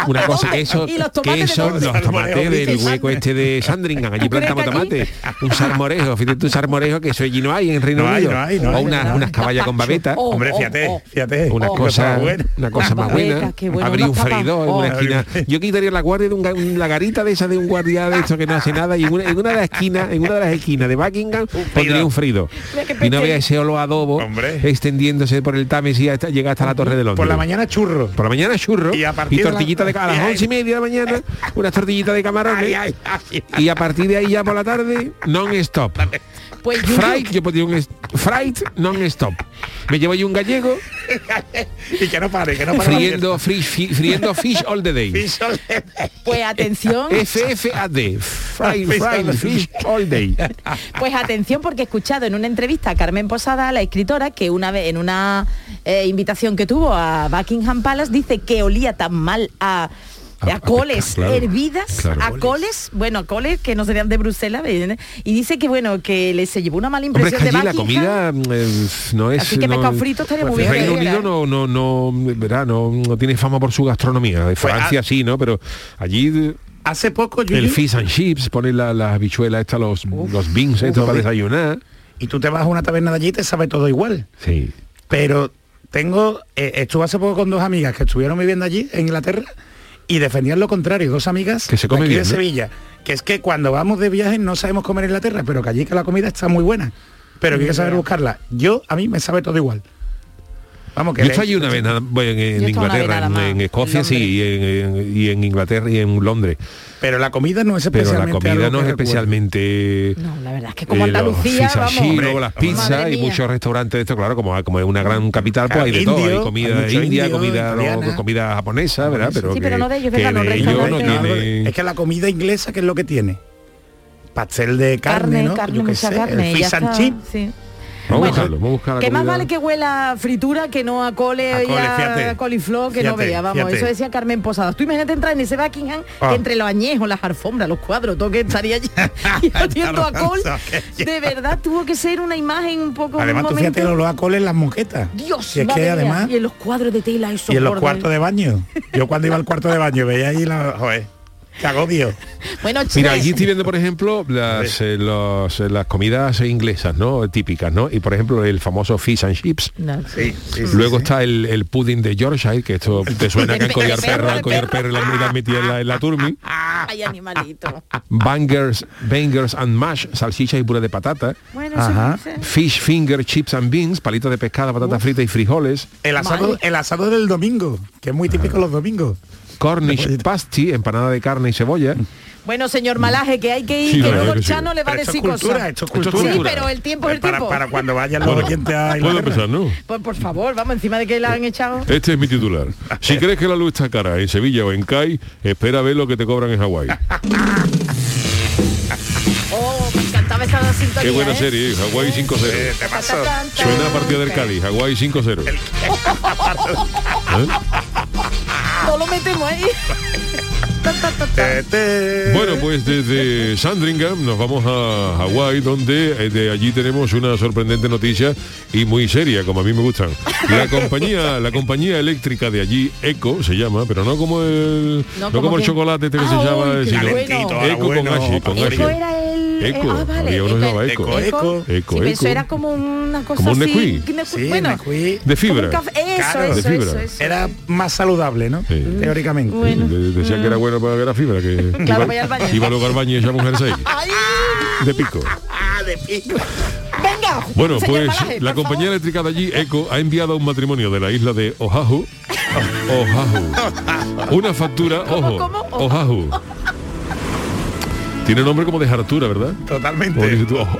S1: Una cosa que eso,
S3: ¿Y los
S1: que
S3: tomates de
S1: eso,
S3: dónde?
S1: los tomates
S6: Sarmorejo,
S1: del
S3: dice
S1: hueco
S3: Sandra.
S1: este de Sandringham, allí
S3: ¿Tú crees
S1: plantamos
S3: que
S1: tomates.
S3: aquí?
S1: Un sarmorejo, fíjate un sarmorejo que eso allí no hay en Reino
S6: No hay,
S1: Unido.
S6: no hay, no
S1: o
S6: hay,
S1: unas,
S3: ¿verdad?
S1: unas caballas con
S3: Gazpacho.
S1: babeta
S3: Oh,
S6: Hombre, fíjate,
S3: oh, oh.
S6: fíjate.
S1: una
S3: Oh,
S1: cosa
S6: Cosa buena.
S1: una cosa
S3: Las
S1: más
S3: papetas,
S1: buena
S3: qué bueno,
S1: abrir un
S3: las papas.
S1: freidor en
S3: Oh.
S1: una esquina yo quitaría la guardia de un, ga- un- la garita de esa de un guardia de esto que no hace nada y en una, en una de las esquinas en una de las esquinas de Buckingham pondría un freidor
S3: Mira qué
S1: y no
S3: pequeño.
S1: vea ese olor a adobo
S6: Hombre.
S1: extendiéndose por el Támesis y hasta, llega hasta la Torre de Londres
S6: Por la mañana churro.
S1: por la mañana churro
S6: Y a
S1: y,
S6: partir de la-
S1: tortillita de, a las once y media de la mañana, unas tortillitas de camarones. Y a partir de ahí ya por la tarde, non-stop.
S3: Pues yo
S1: Fright, yo podía un es- fright non-stop. Me llevo ahí un gallego
S6: y que no pare, que no pare.
S1: friendo, fri- fi- friendo fish all the day.
S6: Fish all day.
S1: eh,
S3: Pues atención,
S1: FFAD, fried, fried fish all day.
S3: pues atención porque he escuchado en una entrevista a Carmen Posada, la escritora, que una vez en una eh, invitación que tuvo a Buckingham Palace dice que olía tan mal a
S1: A-
S3: a coles
S1: a- Ah, claro,
S3: hervidas,
S1: claro.
S3: a coles, bueno, coles que no serían de Bruselas, ¿eh? y dice que bueno, que le se llevó una mala
S1: Hombre, es
S3: impresión
S1: que allí
S3: de
S1: la
S3: Buckingham.
S1: comida mm, no es...
S3: Así que
S1: no-
S3: pescado frito estaría muy bien.
S1: Reino
S3: que hubiera,
S1: Unido
S3: ¿eh?
S1: no, no, no, verá, no, no tiene fama por su gastronomía. De Francia sí, ¿no? Pero allí eh,
S6: Hace poco, Yuyu,
S1: el fish and chips, ponen la- las habichuelas, estas, los, los beans, estos para desayunar.
S6: y tú te vas a una taberna de allí y te sabe todo igual.
S1: Sí.
S6: Pero tengo, eh, estuve hace poco con dos amigas que estuvieron viviendo allí en Inglaterra y defendían lo contrario, dos amigas
S1: Que se come
S6: de aquí
S1: bien,
S6: de
S1: ¿no?
S6: Sevilla, que es que cuando vamos de viaje no sabemos comer en Inglaterra, pero que allí que la comida está muy buena, pero que hay que saber buscarla. Yo, a mí me sabe todo igual. Vamos, que
S1: Yo
S6: le-
S1: estoy allí una vez nada- bueno, en, en
S3: Yo he estado una vez
S1: Inglaterra,
S3: nada
S1: en,
S3: más,
S1: en Escocia
S3: en
S1: sí, y en, en- y en Inglaterra y en Londres.
S6: Pero la comida no es
S1: Pero la
S6: especialmente
S1: comida
S6: algo
S1: no
S6: que
S1: es
S6: recuerde.
S1: especialmente...
S3: No, la verdad es que como
S1: eh, los
S3: Andalucía,
S1: fish and
S3: vamos.
S1: chips, luego las
S6: Madre
S1: pizzas y
S3: mía.
S1: muchos restaurantes de esto, claro, como, como es una gran capital, pues hay de
S6: Indio,
S1: todo, hay
S6: hay
S1: comida
S6: mucho
S1: india,
S6: indio,
S1: comida, no,
S6: italiana.
S1: comida japonesa, ¿verdad? Pero,
S3: Sí,
S1: que,
S3: pero no de ellos,
S1: que
S3: venga, los
S1: de ellos no
S3: restaurantes,
S6: Algo-
S1: tiene...
S6: Es que la comida inglesa, ¿qué es lo que tiene? Pastel de carne,
S3: carne,
S6: ¿no?
S3: carne,
S6: Yo qué
S3: mucha
S6: sé,
S3: carne.
S6: el
S3: y
S6: fish
S3: ya
S6: and
S3: está,
S6: chip.
S3: sí.
S1: Vamos a
S3: Bueno,
S1: buscarlo, vamos a buscar la
S3: que más
S1: comida.
S3: vale que huela a fritura que no a cole,
S6: A
S3: y
S6: cole,
S3: a
S6: fíjate.
S3: coliflor, que no
S6: Fíjate,
S3: vea, vamos,
S6: fíjate.
S3: eso decía Carmen Posadas. Tú imagínate entrar en ese Buckingham,
S6: Ah.
S3: que entre los añejos, las alfombras, los cuadros, todo que estaría allí y oliendo a col. De verdad tuvo que ser una imagen un poco... un
S6: Además, tú fíjate
S3: momento-
S6: los a col en las moquetas.
S3: Dios,
S6: Y es
S3: madre
S6: que
S3: mía,
S6: además...
S3: y en los cuadros de tela eso.
S6: Y en los
S3: gordo.
S6: cuartos de baño. Yo cuando iba al cuarto de baño veía ahí la... Joder, qué agobio.
S3: Bueno,
S1: Mira,
S3: chicos,
S1: allí estoy viendo, por ejemplo, las, eh, los- eh, las comidas inglesas, ¿no? Típicas, ¿no? Y por ejemplo, el famoso fish and chips.
S3: no.
S1: Luego está el, el pudding de Yorkshire, que esto te suena que han cogido al perro, han cogido al perro y la han metido en la, en la turmi.
S3: Ay, animalito.
S1: Bangers, bangers and mash, salchicha y puré de patata.
S3: Bueno, eso no sé.
S1: Fish finger, chips and beans, palitos de pescado, patatas fritas y frijoles.
S6: El asado,
S3: Madre.
S6: el asado del domingo, que es muy típico los domingos.
S1: Cornish pasty, empanada de carne y cebolla.
S3: Bueno, señor Malaje, que hay que ir,
S1: Sí, la
S3: que
S1: verdad
S3: luego el
S1: que sí.
S3: Chano le va a
S6: Pero esto es
S3: decir
S6: cultura,
S3: cosas.
S6: esto es
S1: Esto es
S6: cultura. Eh,
S3: Sí, pero el tiempo es el
S6: para,
S3: tiempo.
S6: para cuando vayan los oyentes a
S7: Puedo
S6: Inglaterra.
S7: empezar, ¿no?
S3: Pues por favor, vamos, encima de que la han echado.
S7: Este es mi titular. Si crees que la luz está cara en Sevilla o en CAI, espera a ver lo que te cobran en Hawái.
S3: Oh, me encantaba esa sintonía.
S7: Qué buena
S3: ¿eh?
S7: serie, ¿eh? Hawái 5-0.
S6: Te
S3: Ta, ta,
S6: paso.
S3: tan, tan.
S7: Suena a partida del Cádiz, Hawái 5-0.
S3: No lo metemos ahí. Ta, ta, ta, ta.
S6: Te- te-
S7: Bueno, pues desde Sandringham nos vamos a Hawái, donde eh, de allí tenemos una sorprendente noticia y muy seria, como a mí me gustan. La compañía, la compañía eléctrica de allí, Eco, se llama, pero no como el,
S3: No,
S7: no
S3: ¿como
S7: como el
S3: quién?
S7: chocolate este que
S3: Ah,
S7: se
S3: uy,
S7: llama,
S3: qué
S7: sino
S3: bueno.
S6: Calentito, ahora
S7: Eco con
S6: bueno,
S7: H, con
S6: papá
S7: H.
S3: Eco era el... eh,
S7: Eco,
S3: ah, vale.
S7: había uno que se llamaba
S6: Eco, Eco.
S7: Eco,
S3: Sí, pero eso
S7: Eco.
S3: era como una cosa
S7: Como un
S3: así.
S7: necuí.
S3: necuí,
S6: Sí,
S3: bueno,
S6: necuí.
S7: De
S3: como un
S7: fibra.
S3: café- Eso,
S6: Claro.
S3: eso,
S7: De
S3: eso,
S7: fibra.
S3: eso.
S6: Era más saludable, ¿no?
S7: Sí.
S6: Teóricamente.
S3: Bueno. Mm.
S7: De- Decían que era bueno para ver la fibra, que
S3: Claro, vaya al baño.
S7: iba luego al baño y echaba un jersey
S3: ¡Ay!
S7: de pico.
S3: ¡Venga!
S7: Bueno,
S3: señor
S7: pues
S3: Malaje,
S7: la
S3: por
S7: compañía
S3: favor.
S7: eléctrica de allí, ECO, ha enviado a un matrimonio de la isla de Oahu, Oahu, una factura,
S3: ¿Cómo,
S7: ojo,
S3: cómo?
S7: Oahu. Tiene nombre como de hartura, ¿verdad? Como
S6: Totalmente.
S7: dices tú, ojo.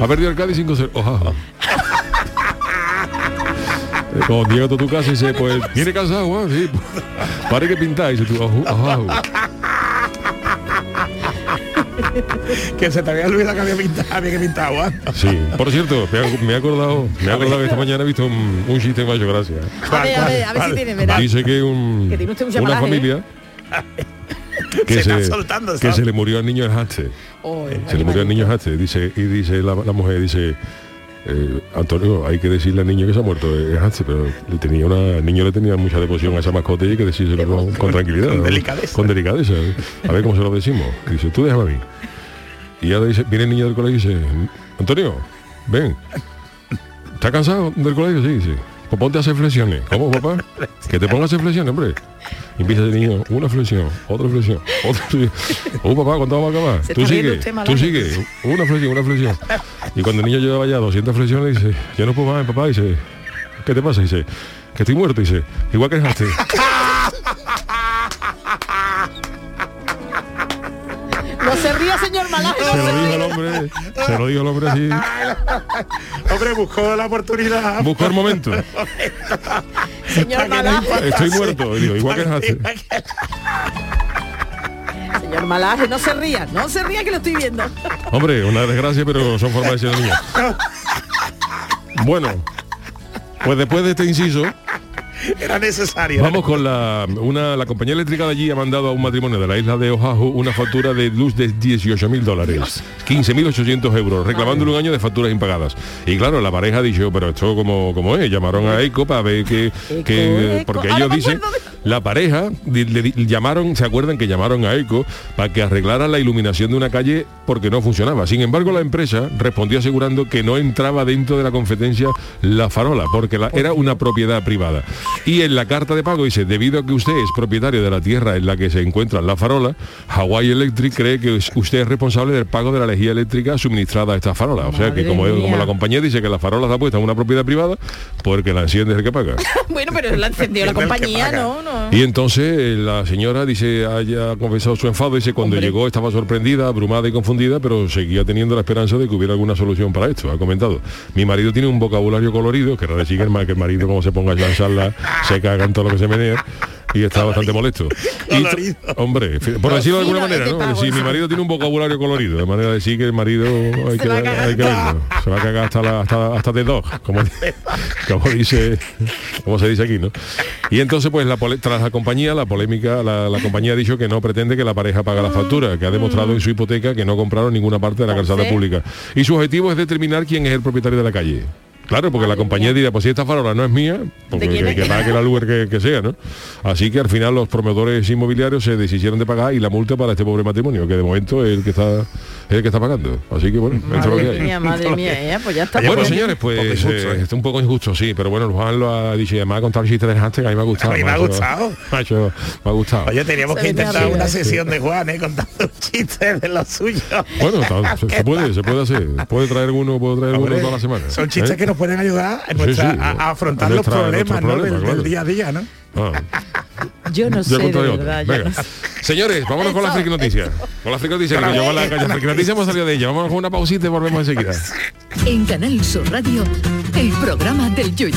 S7: Ha perdido el Cádiz 5-0, Oahu. Eh, Cuando llega tú a tu casa y dice, pues, ¿viene cansado? Juan? Sí. Pare que pintáis. Y dice tú, Oahu, Oahu.
S6: Que se te había olvidado que había pintado, había que pintar agua.
S7: Sí. Por cierto, me ha, me ha acordado, me ha acordado que esta mañana he visto un, un chiste mayor, gracias.
S3: A ver, a ver, a ver si tiene, ¿verdad?
S7: Dice que, un-
S3: Que tiene usted un
S7: una
S3: llamadaje, ¿eh?
S7: familia
S6: Se está soltando,
S7: que
S6: ¿sabes?
S7: se le murió al niño de Haste.
S3: Oh,
S7: Se le murió al niño de Haste. Dice, y dice la, la mujer, dice, eh, Antonio, hay que decirle al niño que se ha muerto eh, Haste, pero le tenía una, el niño le tenía mucha devoción a esa mascota y hay que decírselo con, con tranquilidad.
S6: con
S7: ¿no?
S6: delicadeza.
S7: Con delicadeza. ¿eh? A ver cómo se lo decimos. Dice, tú déjame a mí. Y ahora dice, viene el niño del colegio y dice, Antonio, ven. ¿Estás cansado del colegio? Sí, sí. Pues ponte a hacer flexiones. ¿Cómo, papá? Que te pongas a hacer flexiones, hombre. Y empieza el niño, una flexión, otra flexión, otra flexión. Oh, papá, ¿cuánto vamos a acabar?
S3: Se
S7: tú
S3: está
S7: sigue,
S3: riendo usted,
S7: tú
S3: Malaje.
S7: sigue. Una flexión, una flexión. Y cuando el niño llevaba ya 200 flexiones, dice, ya no puedo más, papá. Dice, ¿qué te pasa? Dice, que estoy muerto. Dice, igual que dejaste.
S3: No se ría, señor Malaje.
S1: Se lo dijo el hombre, se lo dijo el hombre así.
S6: Hombre, buscó la oportunidad.
S1: Buscó el momento.
S3: Señor
S6: para que no
S3: Malaje.
S1: Estoy muerto. y digo, igual que Hace.
S3: Señor Malaje, no se ría. No se ría que lo estoy viendo.
S1: Hombre, una desgracia, pero son formas de ser niños. Bueno, pues después de este inciso,
S6: Era necesario.
S1: vamos con la una la compañía eléctrica de allí ha mandado a un matrimonio de la isla de Oahu una factura de luz de 18 mil dólares, 15.800 euros, reclamándole un año de facturas impagadas. Y claro, la pareja ha dicho, pero esto como como es, llamaron a ECO para ver que, que-
S3: Eco.
S1: porque
S3: Ahora
S1: ellos
S3: me
S1: dicen
S3: acuerdo de-
S1: la pareja di- le di- llamaron, se acuerdan que llamaron a ECO para que arreglaran la iluminación de una calle porque no funcionaba. Sin embargo, la empresa respondió asegurando que no entraba dentro de la competencia la farola porque la- era una propiedad privada. Y en la carta de pago dice, debido a que usted es propietario de la tierra en la que se encuentra la farola, Hawaii Electric cree que us- usted es responsable del pago de la energía eléctrica suministrada a esta farola. O sea que
S3: Madre
S1: como, como
S3: mía.
S1: la compañía dice que la farola está puesta en una propiedad privada, porque la enciende es el que paga.
S3: Bueno, pero la encendió la
S6: Es del que
S3: compañía,
S6: paga.
S3: no, no.
S1: Y entonces eh, la señora dice, haya confesado su enfado, dice, cuando llegó estaba sorprendida, abrumada y confundida, pero seguía teniendo la esperanza de que hubiera alguna solución para esto, ha comentado. Mi marido tiene un vocabulario colorido, que era decir que el ma- que el marido como se ponga a lanzarla, se caga en todo lo que se menea. Y está bastante molesto. Y esto-
S6: Colorido.
S1: hombre, en fin, por decirlo de alguna
S3: Fino,
S1: manera,
S3: este
S1: ¿no?
S3: pavo.
S1: Si mi marido tiene un vocabulario colorido, de manera de decir que el marido hay que,
S3: va a cagar.
S1: hay que verlo. Se va a cagar hasta, la- hasta, hasta de dos, como, como dice, como se dice aquí, ¿no? Y entonces, pues, la pole- tras la compañía, la polémica, la, la compañía ha dicho que no pretende que la pareja pague la factura, que ha demostrado en su hipoteca que no compraron ninguna parte de la calzada
S3: Entonces-
S1: pública. Y su objetivo es determinar quién es el propietario de la calle. Claro, porque la compañía dirá, pues si esta farola no es mía, porque
S3: quién
S1: que,
S3: es?
S1: que pague la luz que, que sea, ¿no? Así que al final los promotores inmobiliarios se deshicieron de pagar y la multa para este pobre matrimonio, que de momento es el que está, es el que está pagando. Así que bueno, esto es lo que hay.
S3: Madre mía, madre mía, eh, pues ya está.
S1: Bueno,
S3: Pues-
S1: señores, pues
S6: Un poco injusto,
S1: eh,
S6: ¿eh?
S1: está un poco injusto, sí, pero bueno, Juan lo ha dicho y además ha contado el chiste del hashtag, a mí me ha gustado.
S6: A mí me ha
S1: macho.
S6: gustado.
S1: Macho, me ha gustado.
S6: Oye, teníamos
S3: Se
S6: que
S3: le me
S6: intentar
S3: arriba,
S6: una
S3: eh.
S6: sesión de Juan, ¿eh? Contando chistes de los suyos.
S1: Bueno, ta- se, se puede, se puede hacer. Puede traer uno, puedo traer uno
S6: Hombre,
S1: toda la semana.
S6: Son chistes
S1: ¿Eh?
S6: que nos pueden ayudar en nuestra-
S1: sí,
S6: a, a afrontar
S1: a
S6: los
S1: nuestra-
S6: problemas,
S1: nuestros
S6: ¿no?
S1: problemas,
S6: del, del
S1: claro.
S6: día a día, ¿no?
S1: Ah.
S3: yo no
S1: Yo
S3: sé, Pues de
S1: contaré otra.
S3: verdad. yo
S1: Venga.
S3: no sé.
S1: Señores, vámonos con la friki noticias. Con la friki noticias, que nos llevó a la calle friki noticias, hemos salido de ella. Vámonos con una pausita y volvemos enseguida.
S4: En Canal Sur Radio, el programa del yoyo.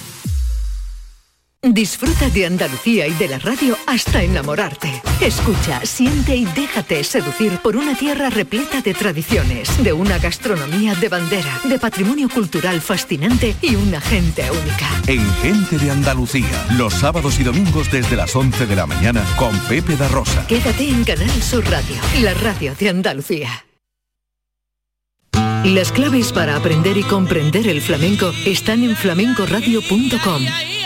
S4: Disfruta de Andalucía y de la radio hasta enamorarte. Escucha, siente y déjate seducir por una tierra repleta de tradiciones, de una gastronomía de bandera, de patrimonio cultural fascinante y una gente única.
S8: En Gente de Andalucía, los sábados y domingos desde las 11 de la mañana, con Pepe da Rosa.
S4: Quédate en Canal Sur Radio, la radio de Andalucía. Las claves para aprender y comprender el flamenco están en flamencoradio.com.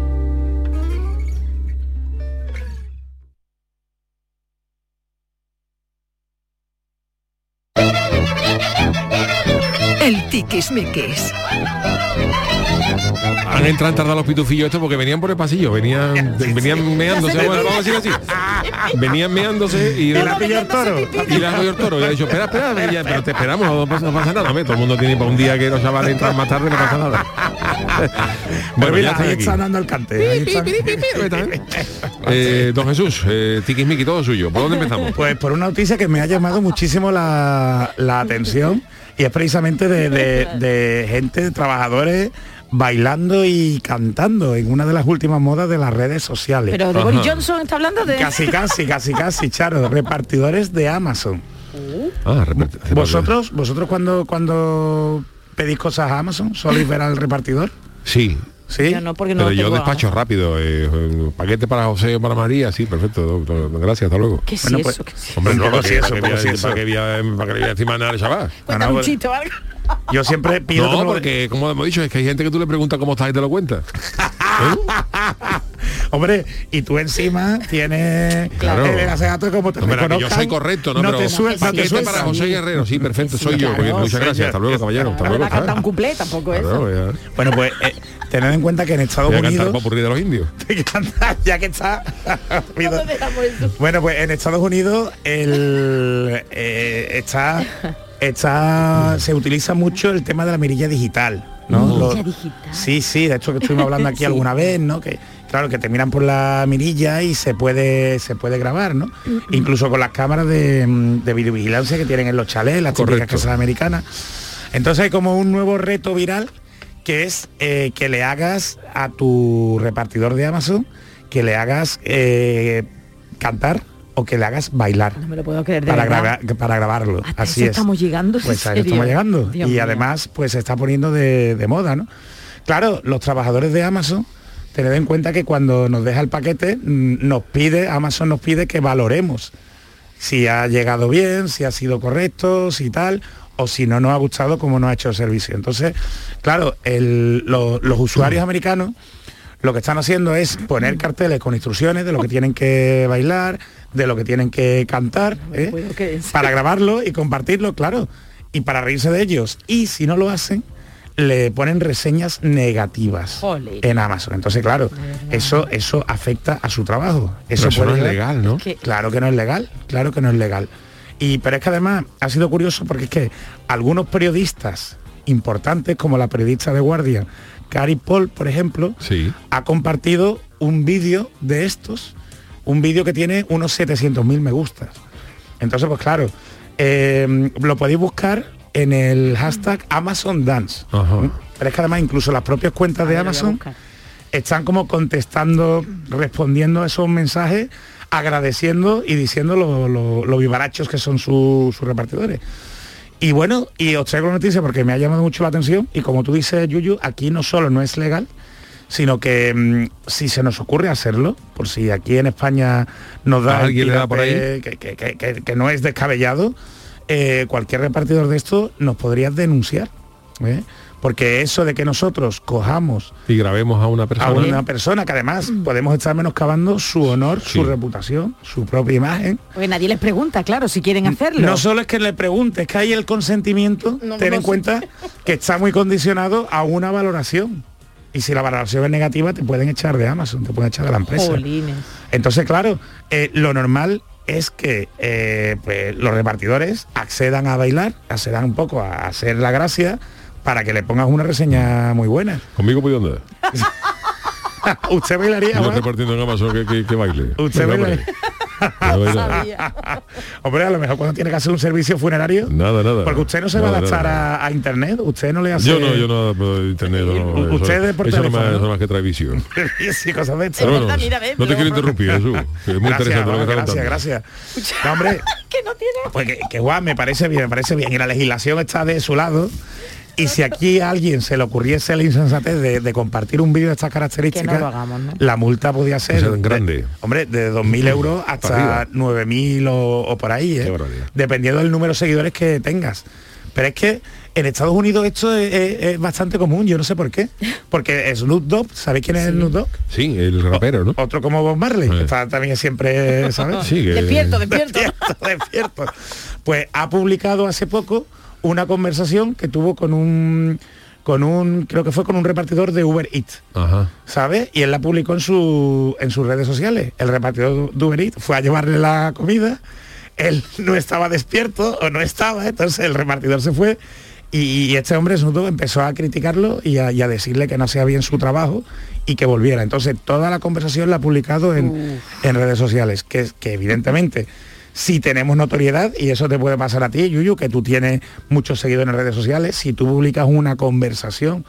S4: El tiquismiquis.
S7: Han entrado han tardado los pitufillos estos porque venían por el pasillo, venían, venían meándose, bueno, vamos a decir así. Venían meándose y
S6: la pillar toro.
S7: y la cogió el toro. Y ha dicho, espera, espera, ve, ya, pero te esperamos, no pasa, no pasa nada. Hombre, todo el mundo tiene para un día que los chavales entran más tarde, no pasa nada.
S6: Bueno,
S7: bueno, ya estoy
S6: Pues ahí
S7: aquí.
S6: están dando el cante. ahí están.
S7: Eh, don Jesús, eh, tiquismiqui, todo suyo. ¿Por dónde empezamos?
S6: Pues por una noticia que me ha llamado muchísimo la, la atención y es precisamente de, de- de gente, de trabajadores bailando y cantando en una de las últimas modas de las redes sociales.
S3: Pero de
S7: Ajá.
S3: Boris Johnson está hablando de...
S6: Casi, casi, casi, casi, Charo, repartidores de Amazon.
S7: Ah, reparte-
S6: ¿Vosotros, vosotros cuando, cuando pedís cosas a Amazon, soléis ver al repartidor?
S7: Sí.
S6: Sí.
S3: Yo no, porque no
S7: Pero yo
S3: tengo-
S7: despacho rápido, eh, eh, paquete para José o para María, sí, perfecto, doctor, gracias, hasta luego.
S3: ¿Qué es
S6: Bueno,
S3: eso?
S6: pues-
S3: ¿Qué es-
S7: Hombre, no,
S6: Pero
S7: para
S6: si
S7: que-
S6: eso,
S7: para que
S6: pero si
S7: voy a-
S6: eso.
S7: para que voy a- para que le voy a encima nada al chaval.
S3: Cuéntame
S6: no,
S3: un
S6: pues-
S3: chiste o algo.
S6: Yo siempre pido
S7: No,
S6: que me lo-
S7: porque como hemos dicho, es que hay gente que tú le preguntas cómo estás y te lo cuenta.
S6: Hombre, y tú encima tienes
S7: Claro.
S6: el gato como te
S7: No, hombre, que yo
S6: reconozcan,
S7: soy correcto, ¿no?
S6: no
S7: pero
S6: te suel- no te
S7: paquete
S6: sueltan.
S7: para José Guerrero, sí, perfecto, soy yo.
S3: claro,
S7: muchas gracias, hasta luego, caballero. Hasta
S3: No le
S7: luego.
S3: va a cantar un
S7: ¿sabes?
S3: cuplé tampoco eso.
S7: Claro,
S6: Bueno, pues eh, tened en cuenta que en
S7: ya.
S6: Estados
S7: Voy a cantar
S6: Unidos
S7: popurrí de los indios.
S6: ya que está
S3: No nos dejamos eso.
S6: bueno, pues en Estados Unidos el eh, está está se utiliza mucho el tema de la mirilla digital, ¿no?
S3: Mirilla
S6: Lo-
S3: digital.
S6: Sí, sí, de hecho que estuvimos hablando aquí
S3: Sí.
S6: alguna vez, ¿no? Que claro que te miran por la mirilla y se puede se puede grabar, ¿no? Incluso con las cámaras de, mm, de videovigilancia que tienen en los chalés, las típicas
S7: Correcto.
S6: casas americanas. Entonces hay como un nuevo reto viral que es eh, que le hagas a tu repartidor de Amazon que le hagas eh, cantar o que le hagas bailar
S3: No me lo puedo creer de
S6: para,
S3: verdad.
S6: grava- para grabarlo.
S3: Hasta
S6: Así es.
S3: eso estamos llegando, ¿en
S6: Pues a eso
S3: serio?
S6: estamos llegando.
S3: Dios
S6: y
S3: mío.
S6: además, pues se está poniendo de, de moda, ¿no? Claro, los trabajadores de Amazon, tened en cuenta que cuando nos deja el paquete, mm, nos pide, Amazon nos pide que valoremos si ha llegado bien, si ha sido correcto, si tal, o si no nos ha gustado cómo nos ha hecho el servicio. Entonces, claro, el- lo- los usuarios americanos lo que están haciendo es poner carteles con instrucciones de lo que tienen que bailar, de lo que tienen que cantar,
S3: me
S6: ¿eh?
S3: puedo creer, en serio.
S6: para grabarlo y compartirlo, claro, y para reírse de ellos. Y si no lo hacen, le ponen reseñas negativas
S3: Jolín.
S6: en Amazon. Entonces, claro, eso, eso afecta a su trabajo.
S7: Pero
S6: Eso,
S7: eso no
S6: puede
S7: es
S6: llegar-
S7: legal, ¿no?
S3: Que-
S6: Claro que no es legal, claro que no es legal. Y pero es que además ha sido curioso porque es que algunos periodistas importantes, como la periodista de Guardia, Cari Paul, por ejemplo,
S7: Sí.
S6: ha compartido un vídeo de estos, un vídeo que tiene unos 700.000 me gustas. Entonces, pues claro, eh, lo podéis buscar en el hashtag Amazon Dance.
S7: Ajá.
S6: Pero es que además incluso las propias cuentas de
S3: Ahora lo voy a
S6: Amazon
S3: buscar.
S6: están como contestando, respondiendo a esos mensajes, agradeciendo y diciendo lo, lo- lo vivarachos que son su- sus repartidores. Y bueno, y os traigo la noticia porque me ha llamado mucho la atención y como tú dices, Yuyu, aquí no solo no es legal, sino que mm, si se nos ocurre hacerlo, por si aquí en España nos da...
S7: ¿A
S6: el
S7: alguien le da por
S6: tirape Que, que- que- que- que no es descabellado, eh, cualquier repartidor de esto nos podría denunciar. ¿eh? Porque eso de que nosotros cojamos
S7: Y grabemos a una
S6: a
S7: persona.
S6: una persona que además podemos estar menoscabando su honor,
S7: Sí.
S6: su reputación, su propia imagen.
S3: Porque nadie les pregunta, claro, si quieren hacerlo.
S6: No solo es que le preguntes, que hay el consentimiento,
S3: No,
S6: ten
S3: no
S6: en
S3: sé.
S6: cuenta que está muy condicionado a una valoración. Y si la valoración es negativa, te pueden echar de Amazon, te pueden echar de la empresa.
S3: Jolines.
S6: Entonces, claro, eh, lo normal es que eh, pues, los repartidores accedan a bailar, accedan un poco a hacer la gracia para que le pongas una reseña muy buena.
S7: Conmigo puede andar.
S6: ¿Usted bailaría?
S7: Yo
S6: Juan?
S7: repartiendo en Amazon que, que- que baile.
S6: Usted
S7: Venga,
S6: baila-
S7: hombre.
S6: Hombre, a lo mejor cuando tiene que hacer un servicio funerario.
S1: Nada, nada.
S6: Porque usted no se va a
S1: Nada,
S6: adaptar
S1: nada.
S6: a, a internet, usted no le hace.
S1: Yo no, yo no puedo internet. No,
S6: U-
S1: eso-
S6: ustedes por
S1: eso no
S6: teléfono,
S1: más,
S6: ¿no?
S1: eso más que trae visión.
S6: y cosas de estas.
S1: Pero bueno, no te quiero interrumpir, Jesús. que Es muy
S6: gracias,
S1: interesante lo que
S6: vamos,
S1: está contando.
S6: gracias, gracias. No, hombre,
S3: que no tiene.
S6: pues que, que guau, me parece bien, me parece bien. Y la legislación está de su lado. Y si aquí a alguien se le ocurriese la insensatez de, de compartir un vídeo de estas características,
S3: Que no lo hagamos, ¿no?
S6: la multa podía ser
S1: O sea,
S6: de-
S1: grande.
S6: hombre, de 2.000 euros
S1: Para arriba.
S6: hasta 9.000 o, o por ahí, ¿eh?
S1: Qué barbaridad.
S6: dependiendo del número de seguidores que tengas. Pero es que en Estados Unidos esto es, es- es bastante común, yo no sé por qué. Porque Snoop Dogg, ¿sabéis quién es Snoop Dogg?
S1: Sí, el rapero, ¿no?
S6: Otro como Bob Marley,
S1: Eh.
S6: que está también siempre, ¿sabes?
S1: Sí, que-
S3: Despierto, despierto.
S6: oh, Despierto, despierto. Pues ha publicado hace poco una conversación que tuvo con un con un creo que fue con un repartidor de Uber Eats,
S1: Ajá.
S6: ¿sabes? Y él la publicó en su en sus redes sociales. El repartidor de Uber Eats fue a llevarle la comida. Él no estaba despierto o no estaba, entonces el repartidor se fue y, y este hombre Snoop Dogg, empezó a criticarlo y a, y a decirle que no hacía bien su trabajo y que volviera. Entonces toda la conversación la ha publicado en, en redes sociales, que, que evidentemente si tenemos notoriedad, y eso te puede pasar a ti, Yuyu, que tú tienes muchos seguidores en redes sociales, si tú publicas una conversación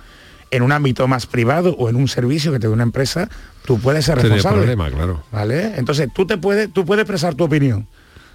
S6: en un ámbito más privado o en un servicio que te dé una empresa, tú puedes ser
S1: Tiene
S6: responsable.
S1: problema, claro.
S6: ¿Vale? Entonces tú te puedes, tú puedes expresar tu opinión,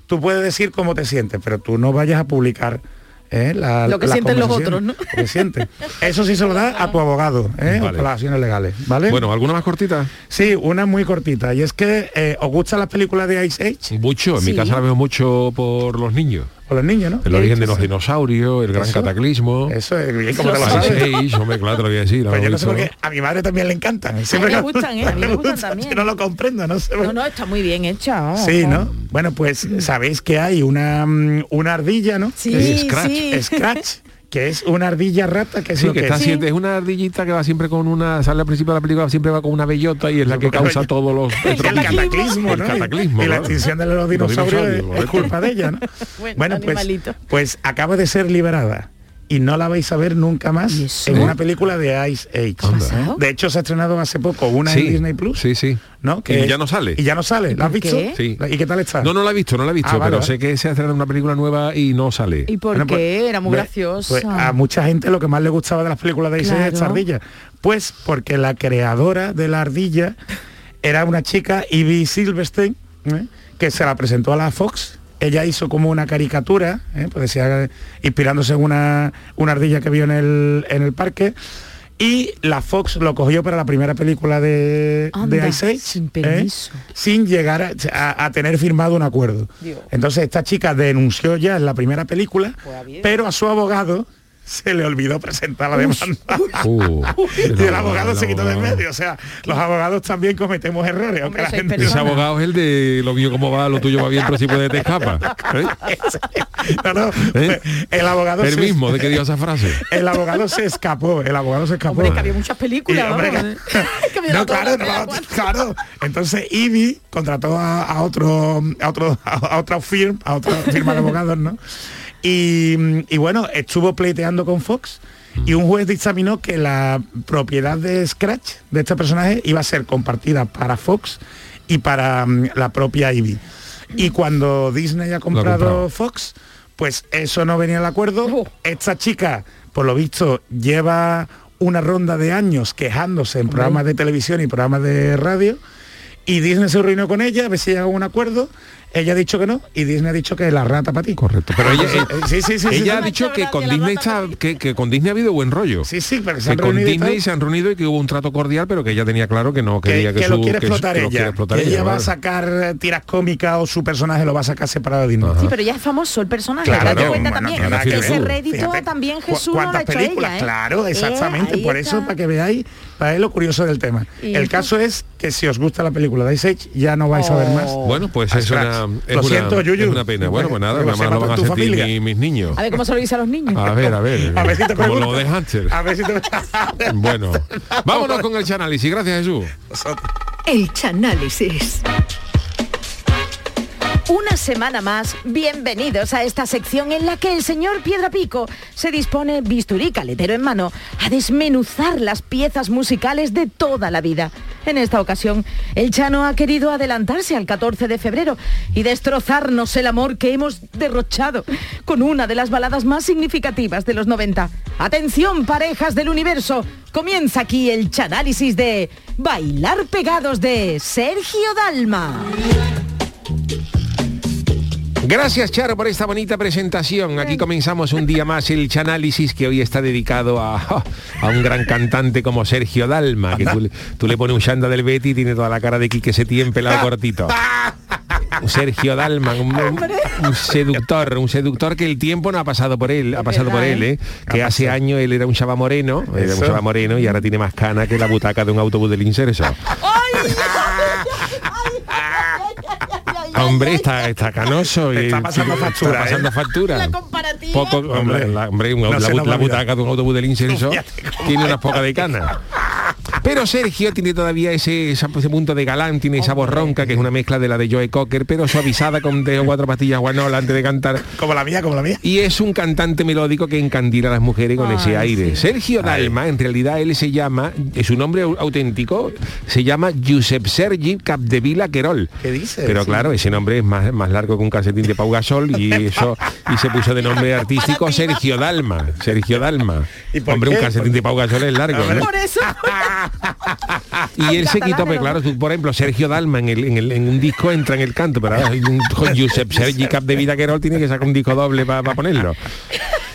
S6: tú puedes decir cómo te sientes, pero tú no vayas a publicar ¿eh? la-
S3: Lo que
S6: las
S3: sienten los
S6: conversaciones,
S3: otros, ¿no?
S6: lo que sientes. Eso sí se lo da a tu abogado, ¿eh?
S1: Vale.
S6: o las acciones legales, ¿vale?
S1: Bueno, ¿alguna más cortita?
S6: sí, una muy cortita, y es que eh, os gustan las películas de Ice Age
S1: Mucho, en mi
S3: Sí.
S1: casa la veo mucho por los niños.
S6: o los niños, ¿no?
S1: El origen de los dinosaurios, el gran
S6: Eso.
S1: cataclismo.
S6: Eso es bien como te lo
S1: Ice
S6: sabes.
S1: Age, hombre, claro, te lo voy a decir.
S6: Pero yo no sé por
S1: ¿no?
S6: qué, a mi madre también le encantan. Siempre
S3: me
S6: que-
S3: gustan, ¿eh? A mí me
S6: le
S3: gustan
S6: gustan,
S3: también.
S6: Yo no lo comprendo, no sé. por
S3: No, no, está muy bien hecha. vamos.
S6: Sí, ¿no? Bueno, pues sabéis que hay una, mm, una ardilla, ¿no?
S3: Mm. Sí,
S1: Es Scratch.
S3: sí.
S6: Scratch, que es una ardilla rata que es
S1: Sí,
S6: lo
S1: que
S6: que,
S1: está
S6: es.
S1: siempre- es una ardillita que va siempre con una, sale al principio de la película, siempre va con una bellota y es la que
S6: Porque
S1: causa
S6: vaya-
S1: todos los
S6: El cataclismo,
S1: El
S6: ¿no?
S1: cataclismo,
S6: y la
S1: claro.
S6: extinción de los dinosaurios es-
S1: dinosaurios,
S6: es culpa de ella, ¿no?
S3: Bueno,
S6: pues,
S3: animalito.
S6: pues acaba de ser liberada y no la vais a ver nunca más
S3: ¿Y eso?
S6: en una película de Ice Age.
S3: Anda.
S6: De hecho, se ha estrenado hace poco una en Disney Plus.
S1: Sí, sí.
S6: ¿no?
S1: y ya no sale.
S6: Y ya no sale. ¿La has
S3: por
S6: visto?
S3: qué?
S1: Sí.
S6: ¿Y qué tal está?
S1: No, no la he visto, no la he visto,
S6: Ah, vale,
S1: pero
S6: vale.
S1: sé que se ha estrenado una película nueva y no sale.
S3: ¿Y por
S6: Bueno,
S3: qué?
S6: pues,
S3: Era muy
S6: ve,
S3: graciosa.
S6: pues, a mucha gente lo que más le gustaba de las películas de Ice Age es esta
S3: Claro.
S6: ardilla. Pues porque la creadora de la ardilla era una chica, Ivy Silverstein, ¿eh? que se la presentó a la Fox. Ella hizo como una caricatura, ¿eh? pues decía, eh, inspirándose en una, una ardilla que vio en el, en el parque. Y la Fox lo cogió para la primera película de, ¿eh? de
S3: Anda,
S6: Ice Age.
S3: sin permiso.
S6: sin llegar a, a- a tener firmado un acuerdo.
S3: Dios.
S6: Entonces esta chica denunció ya en la primera película,
S3: Pues, a ver.
S6: pero a su abogado se le olvidó presentar la demanda.
S1: Uh,
S6: Y el abogado se quitó de
S1: abogado.
S6: medio. O sea, los abogados también cometemos errores. aunque
S3: Hombre,
S6: la
S3: sois
S6: gente-
S1: Ese abogado es el de lo mío cómo va, lo tuyo va bien, pero si puede te escapa. ¿Eh?
S6: No, no,
S1: ¿Eh?
S6: El abogado
S1: El
S6: se-
S1: mismo, de que dio esa frase.
S6: El abogado se escapó, el abogado se escapó.
S3: Hombre, que había muchas películas,
S6: Y, hombre,
S3: vamos. ¿eh? Que me
S6: no,
S3: da todas
S6: claro,
S3: las
S6: no,
S3: pelas.
S6: claro. Entonces Ivy contrató a, a otro, a otro, a otra firma, a otra firma de abogados, ¿no? Y, y bueno, estuvo pleiteando con Fox y un juez dictaminó que la propiedad de Scratch, de este personaje, iba a ser compartida para Fox y para mm, la propia Ivy. Y cuando Disney ha comprado
S1: comprado.
S6: Fox, pues eso no venía al acuerdo. Esta chica, por lo visto, lleva una ronda de años quejándose en programas de televisión y programas de radio. Y Disney se reunió con ella, a ver si llegan a un acuerdo. Ella ha dicho que no, y Disney ha dicho que la rata para ti.
S1: Correcto. Pero ella, eh,
S6: Sí, sí, sí, sí, sí,
S1: ella ha
S6: sí.
S1: dicho que con
S3: Macho,
S1: Disney
S3: gracias, la
S1: está, que, que con Disney ha habido buen rollo.
S6: Sí, sí, pero que se
S1: que
S6: han
S1: con
S6: reunido y tal,
S1: Disney se han reunido y que hubo un trato cordial, pero que ella tenía claro que no
S6: que,
S1: quería que,
S6: que
S1: su-
S6: lo quiere
S1: que su-
S6: explotar
S1: que lo
S6: ella.
S1: quiere explotar
S6: que ella
S1: ella,
S6: va a
S1: claro.
S6: sacar eh, tiras cómicas o su personaje lo va a sacar separado de Disney.
S1: Ajá.
S3: Sí, pero ya es famoso el personaje,
S6: Claro,
S3: date
S1: Ah. no,
S3: cuenta
S1: bueno,
S3: también.
S1: no, no,
S3: ese
S1: fíjate,
S3: rédito
S6: fíjate,
S3: también
S6: cu-
S3: Jesús no lo ha
S6: ¿Cuántas
S3: hecho
S6: películas?
S3: ella, ¿eh?
S6: Claro,
S3: Eh,
S6: exactamente.
S3: ahí
S6: por
S3: está.
S6: eso, para que veáis, para ver lo curioso del tema.
S3: Y
S6: El
S3: eso.
S6: caso es que si os gusta la película de Ice Age, ya no vais a ver más.
S1: Bueno, pues
S6: A
S1: es una,
S6: Scratch.
S1: es
S6: Lo
S1: una-
S6: siento, Yuyu.
S1: es una pena. Bueno, pues nada,
S6: Que lo
S1: nada más
S6: sepa
S1: lo van a
S6: tu
S1: sentir
S6: familia.
S1: mi- mis niños.
S3: A ver cómo se lo dice a los niños.
S1: A ver, a ver.
S6: A ver si te
S1: como lo
S6: pregunto.
S1: de Hunter.
S6: A ver si te...
S1: Bueno, vámonos con el chanálisis. Gracias, Jesús.
S4: El chanálisis.
S3: Una semana más, bienvenidos a esta sección en la que el señor Piedra Pico se dispone, bisturí caletero en mano, a desmenuzar las piezas musicales de toda la vida. En esta ocasión, el Chano ha querido adelantarse al 14 de febrero y destrozarnos el amor que hemos derrochado con una de las baladas más significativas de los 90. Atención, parejas del universo. Comienza aquí el chanálisis de Bailar Pegados de Sergio Dalma.
S1: Gracias Charo por esta bonita presentación. Aquí comenzamos un día más el chanálisis que hoy está dedicado a, a un gran cantante como Sergio Dalma, que tú, le- tú le pones un chanda del Betty y tiene toda la cara de Quique Setién pelado cortito. Un Sergio Dalma, un, un seductor, un seductor que el tiempo no ha pasado por él, ha pasado por él, ¿eh? que hace años él era un chava moreno, era un
S6: Eso.
S1: chava moreno y ahora tiene más cana que la butaca de un autobús del inserso. Hombre, está, está canoso. y
S6: Está pasando
S1: está
S6: factura, ¿eh?
S1: pasando factura. Poco, hombre,
S6: Hombre,
S1: la, hombre, un-
S6: no
S1: la
S6: se
S1: bu-
S6: nos va
S1: la
S6: a olvidar.
S1: butaca de un autobús del incenso tiene unas pocas de canas. Pero Sergio tiene todavía ese, esa- ese punto de galán, tiene esa borronca, que es una mezcla de la de Joe Cocker, pero suavizada con tres o cuatro pastillas guanola antes de cantar.
S6: Como la mía, como la mía.
S1: Y es un cantante melódico que encandila a las mujeres con ese aire. Sergio Dalma, en realidad él se llama, es un nombre au- auténtico, se llama Giuseppe Sergi Capdevila Querol.
S6: ¿Qué dices?
S1: Pero claro, ese nombre es más, más largo que un calcetín de Pau Gasol y eso y se puso de nombre artístico Sergio Dalma. Sergio Dalma.
S6: ¿Y por
S1: Hombre, un
S6: qué?
S1: calcetín de Pau Gasol es largo. ¿no?
S3: Por eso.
S1: Y él se
S3: Catalán,
S1: quitó, pero
S3: pero-
S1: claro, tú, por ejemplo, Sergio Dalma en, el, en, el- en un disco entra en el canto, pero ahora hay un- con Josep Sergi Cap de Vida Querol tiene que sacar un disco doble para ponerlo.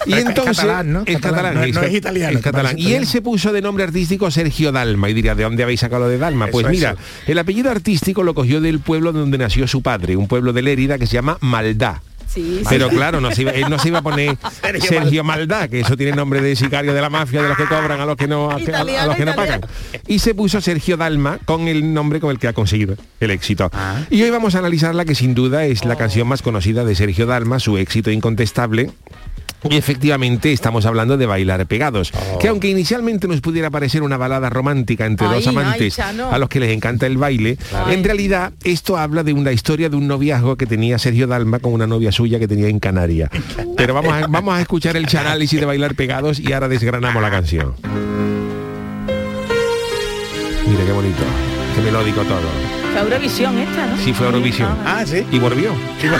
S1: Y
S6: Pero es
S1: entonces
S6: catalán, ¿no?
S1: es
S6: Catalán,
S1: catalán,
S6: no- no
S1: ca-
S6: es italiano,
S1: es catalán.
S6: parece
S1: Y él
S6: italiano.
S1: se puso de nombre artístico Sergio Dalma y diría, ¿de dónde habéis sacado lo de Dalma?
S6: Eso,
S1: Pues mira,
S6: eso.
S1: el apellido artístico lo cogió del pueblo donde nació su padre, un pueblo de Lérida que se llama Maldá.
S3: Sí,
S1: Pero claro, no se iba- él no se iba a poner
S6: Sergio
S1: Sergio Maldá, que eso tiene nombre de sicario de la mafia, de los que cobran a los que no, a, que- a- a
S3: Italiano,
S1: los que no pagan.
S3: italiano.
S1: Y se puso Sergio Dalma con el nombre con el que ha conseguido el éxito.
S3: Ah.
S1: Y hoy vamos a analizar la que sin duda es
S3: Oh.
S1: la canción más conocida de Sergio Dalma, su éxito incontestable. Y efectivamente estamos hablando de Bailar Pegados,
S3: Oh.
S1: que aunque inicialmente nos pudiera parecer una balada romántica entre
S3: Ay,
S1: dos
S3: ay,
S1: amantes
S3: Chano.
S1: a los que les encanta el baile, en realidad esto habla de una historia de un noviazgo que tenía Sergio Dalma con una novia suya que tenía en Canarias. Pero vamos a, vamos a escuchar el análisis de Bailar Pegados y ahora desgranamos la canción. Mira qué bonito, qué melódico todo.
S3: Fue Eurovisión esta, ¿no?
S1: Sí fue Eurovisión.
S6: Ah, sí.
S1: Y volvió.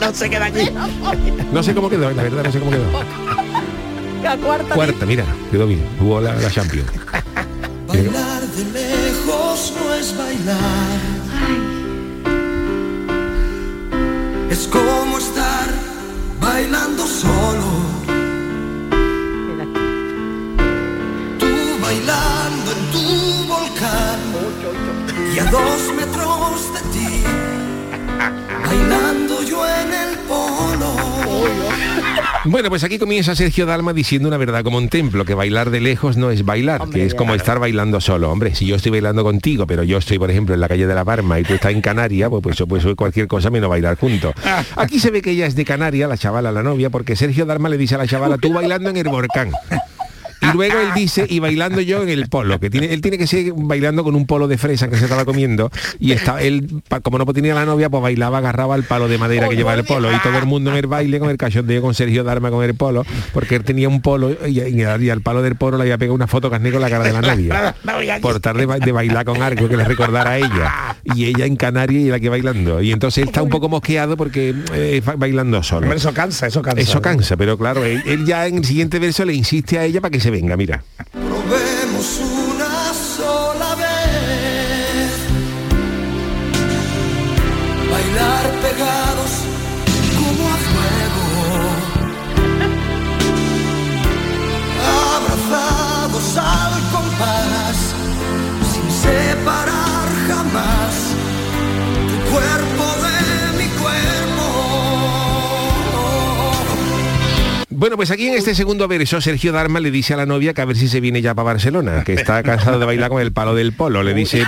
S6: No se queda aquí.
S1: No sé cómo quedó, la verdad no sé cómo quedó.
S3: Ah, La cuarta.
S1: Cuarta, mira, quedó bien. Jugó la, la Champions.
S5: Bailar de lejos no es bailar. Es como estar bailando solo. Tú bailando en tu volcán. Y a dos metros de ti. Bailando yo en el polo.
S1: Bueno, pues aquí comienza Sergio Dalma diciendo una verdad como un templo, que bailar de lejos no es bailar, que es como estar bailando solo. Hombre, si yo estoy bailando contigo, pero yo estoy, por ejemplo, en la calle de la Parma y tú estás en Canarias, pues pues, pues cualquier cosa menos bailar juntos. Aquí se ve que ella es de Canarias, la chavala, la novia, porque Sergio Dalma le dice a la chavala, tú bailando en el volcán. Y luego él dice, y bailando yo en el polo, que tiene, él tiene que seguir bailando con un polo de fresa que se estaba comiendo. Y está, él, pa- como no tenía la novia, pues bailaba, agarraba el palo de madera que llevaba el polo. Y todo el mundo en el baile con el cachondeo con Sergio Darma con el polo, porque él tenía un polo y, y al- y al palo del polo le había pegado una foto carné con la cara de la novia. Por tratar de, ba- de bailar con algo que le recordara a ella. Y ella en Canarias y la que bailando. Y entonces él está un poco mosqueado porque eh, fa- bailando solo.
S6: Hombre, eso cansa, eso cansa.
S1: Eso cansa, pero claro, él, él ya en el siguiente verso le insiste a ella para que se venga, mira.
S5: Probemos una sola vez. Bailar pegados como a fuego. Abrazados al compás, sin separar jamás tu cuerpo de mi cuerpo.
S1: Bueno, pues aquí en este segundo verso, Sergio Darma le dice a la novia que a ver si se viene ya para Barcelona, que está cansado de bailar con el palo del polo. Le dice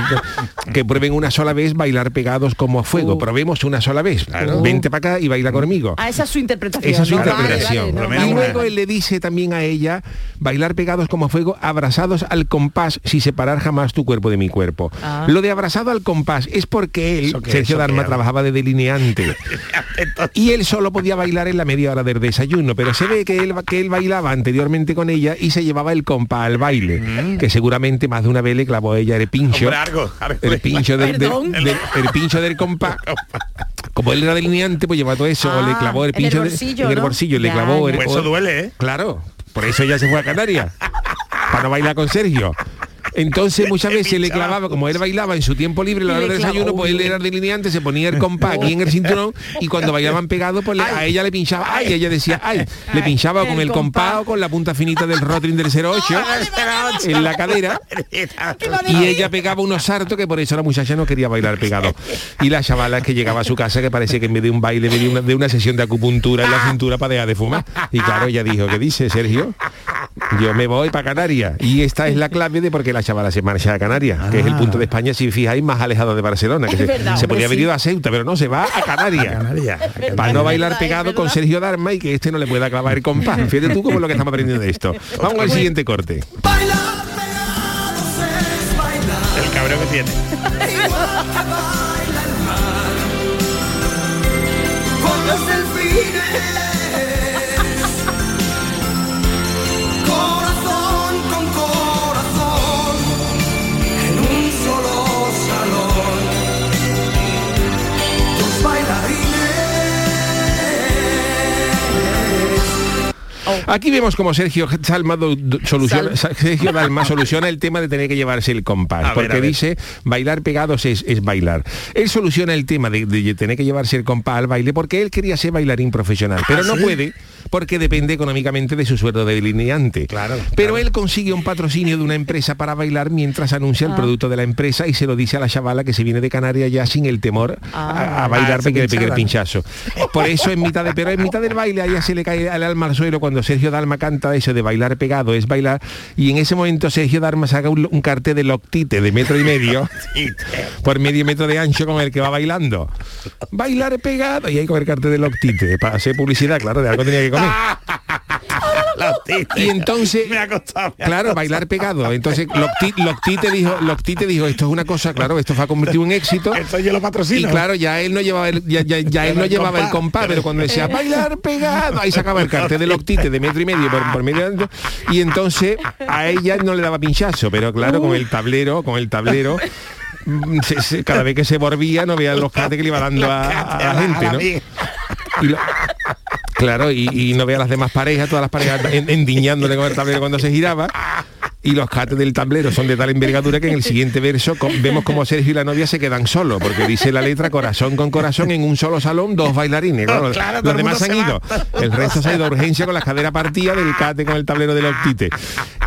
S1: que prueben una sola vez bailar pegados como a fuego. Probemos una sola vez. Vente para acá y baila conmigo.
S3: Ah, esa es su interpretación.
S1: Esa es su
S3: ¿no? Vale, vale,
S1: interpretación.
S3: no,
S6: Por lo
S3: vale.
S6: menos
S1: y
S6: una-
S1: luego él le dice también a ella, bailar pegados como a fuego, abrazados al compás, sin separar jamás tu cuerpo de mi cuerpo.
S3: Ah.
S1: Lo de abrazado al compás es porque él,
S6: Eso que-
S1: Sergio
S6: eso que
S1: Darma,
S6: habla.
S1: trabajaba de delineante. y él solo podía bailar en la media hora del desayuno, pero se ve dice que él, que él bailaba anteriormente con ella y se llevaba el compa al baile,
S3: Mm.
S1: que seguramente más de una vez le clavó a ella el pincho.
S6: Hombre, algo, algo.
S1: el pincho del, del-
S3: Perdón.
S1: del- el pincho del compa. Como él era delineante, pues llevaba todo eso, o le
S3: Ah,
S1: clavó el
S3: en el
S1: pincho de-
S3: bolsillo,
S1: en el
S3: ¿no?
S1: bolsillo, le
S3: Ya,
S1: clavó el-
S6: Pues eso duele, ¿eh?
S1: Claro, por eso ella se fue a Canarias, para no bailar con Sergio. Entonces muchas veces le clavaba, como él bailaba en su tiempo libre, a la
S3: Y
S1: hora
S3: le
S1: del
S3: clavó,
S1: desayuno, pues él
S3: uy.
S1: era delineante, se ponía el compás aquí en el cinturón y cuando bailaban pegados, pues le- a ella le pinchaba, ay, ella decía, ay, le pinchaba
S3: el
S1: con el compás
S3: compás.
S1: o con la punta finita del Rotring del 08 en la cadera y ella pegaba unos hartos que por eso la muchacha no quería bailar pegado. Y la chavala que llegaba a su casa que parecía que en vez de un baile venía una- de una sesión de acupuntura en la cintura para dejar de fumar. Y claro, ella dijo, ¿qué dice Sergio? Yo me voy para Canarias. Y esta es la clave de por qué la chavala se marcha a Canarias, que es el punto de España, si fijáis, más alejado de Barcelona. Que
S3: Ah. Es
S1: se,
S3: verdad,
S1: se
S3: hombre,
S1: podría haber
S3: sí.
S1: ido a Ceuta, pero no, se va a Canarias.
S6: Canarias.
S1: Para no
S3: Es
S1: bailar
S3: verdad, es
S1: pegado con
S3: verdad.
S1: Sergio Darma y que este no le pueda clavar el compás. Fíjate tú cómo es lo que estamos aprendiendo de esto. Vamos al siguiente corte.
S5: Bailar pegados es bailar,
S6: El cabrón que tiene.
S5: igual que baila el mar. Cuando es el fin corazón con corazón, en un solo salón. Dos bailarines.
S6: Oh.
S1: Aquí vemos como Sergio Salma do- do- soluciona, Sergio Dalma soluciona el tema de tener que llevarse el compás,
S6: A ver,
S1: porque
S6: a ver.
S1: dice bailar pegados es, es bailar. Él soluciona el tema de, de tener que llevarse el compás al baile porque él quería ser bailarín profesional, pero
S6: Ah,
S1: no puede porque depende económicamente de su sueldo de delineante.
S6: Claro,
S1: pero
S6: claro.
S1: él consigue un patrocinio de una empresa para bailar mientras anuncia
S6: Ah.
S1: el producto de la empresa y se lo dice a la chavala que se viene de Canarias ya sin el temor a, a bailar
S6: Ah, se
S1: porque le pegue el
S6: pinchaba.
S1: pinchazo pinchazo. Por eso en mitad de pero en mitad del baile a ella se le cae el alma al suelo cuando Sergio Dalma canta eso de bailar pegado es bailar y en ese momento Sergio Dalma saca un, un cartel de loctite de metro y medio por medio metro de ancho con el que va bailando. Bailar pegado y ahí con el cartel de loctite para hacer publicidad, claro, de algo tenía que comer.
S6: Los títeres.
S1: Y entonces,
S6: Me ha costado, me ha
S1: claro, bailar pegado. Entonces, Locti- Loctite dijo, Loctite dijo, esto es una cosa, claro, esto fue convertido en éxito.
S6: Esto yo lo patrocino.
S1: Y claro, ya él no llevaba el, ya, ya- ya él
S6: Era
S1: no
S6: el
S1: llevaba el
S6: compás.
S1: compás, pero cuando decía bailar pegado, ahí sacaba el cartel de Loctite de metro y medio por, por medio de- y entonces a ella no le daba pinchazo, pero claro, con el tablero, con el tablero. mm, se- se- cada vez que se volvía no veía los cates que le iba dando a, a la gente, ¿no? Y lo- claro, y, y no veía las demás parejas, todas las parejas en- endiñándole con el tablero cuando se giraba. Y los cates del tablero son de tal envergadura que en el siguiente verso co- vemos como Sergio y la novia se quedan solos, porque dice la letra corazón con corazón en un solo salón, dos bailarines. Claro,
S6: Claro, todo
S1: los
S6: el
S1: demás se
S6: mundo
S1: han
S6: se
S1: ido.
S6: va, todo el
S1: El resto se ha ido a urgencia con la cadera partida del cate con el tablero del octite.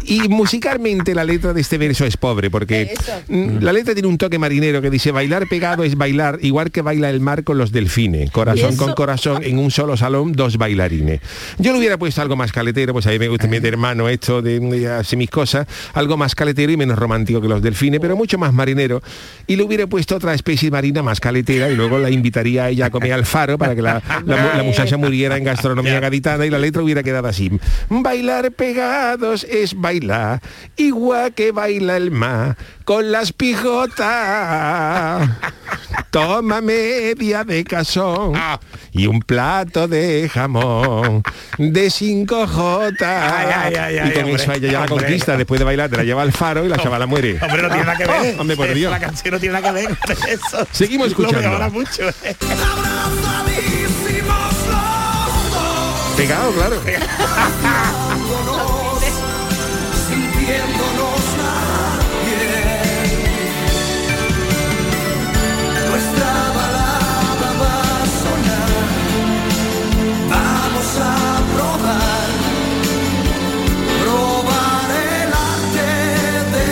S1: Y musicalmente la letra de este verso es pobre, porque mm, la letra tiene un toque marinero que dice bailar pegado es bailar, igual que baila el mar con los delfines. Corazón
S3: ¿Y
S1: con
S3: eso?
S1: corazón en un solo salón, dos bailarines. Yo le hubiera puesto algo más caletero, pues a mí me gusta mi hermano esto de, de hacer mis cosas, algo más caletero y menos romántico que los delfines, pero mucho más marinero. Y le hubiera puesto otra especie marina más caletera y luego la invitaría a ella a comer al faro para que la, la mu- la muchacha muriera en gastronomía gaditana y la letra hubiera quedado así. Bailar pegados es bailar, igual que baila el mar con las pijotas. Toma media de casón y un plato de jamón de 5
S6: Ay, ay, ay,
S1: J.
S6: ay,
S1: Y con
S6: hombre,
S1: eso ella ya la
S6: hombre.
S1: conquista después de bailar, te la lleva al faro y la chavala muere.
S6: Hombre, no tiene nada que ver.
S1: Hombre, por
S6: Eh,
S1: Dios.
S6: La canción no tiene nada que ver con eso.
S1: Seguimos escuchando.
S6: Lo mejora mucho. eh.
S5: Abrazadísimos los dos,
S1: Pegado, claro.
S5: amándonos, sintiéndonos nadie. Nuestra balada va a sonar, vamos a probar, probar el arte de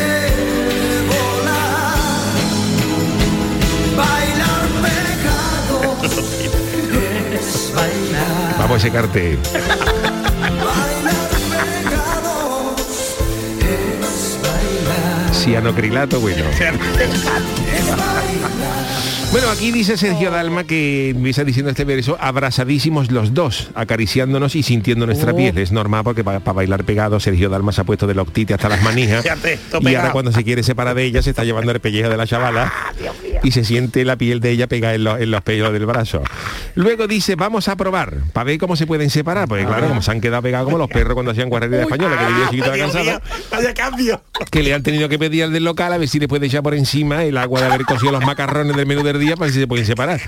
S5: volar, bailar pecados es bailar.
S1: Vamos a secarte.
S5: Bailar pegados es bailar.
S1: Cianocrilato, bueno. Bueno, aquí dice Sergio Dalma que empieza diciendo este verso, abrazadísimos los dos, acariciándonos y sintiendo nuestra
S6: Uh.
S1: piel. Es normal porque para bailar pegado Sergio Dalma se ha puesto de octite hasta las manijas.
S6: Fíjate, todo
S1: y ahora
S6: pegado. Ah,
S1: cuando se quiere separar de ella se está llevando el pellejo de la chavala. y se siente la piel de ella pegada en los, en los pelos del brazo. Luego dice, vamos a probar, para ver cómo se pueden separar, porque claro, como se han quedado pegados como los perros cuando hacían guardería española, que el
S6: Ah,
S1: viejito era
S6: Dios
S1: cansado,
S6: mío, vaya cambio.
S1: que le han tenido que pedir al del local a ver si le puede echar por encima el agua de haber cocido los macarrones del menú del día para que se pueden separar.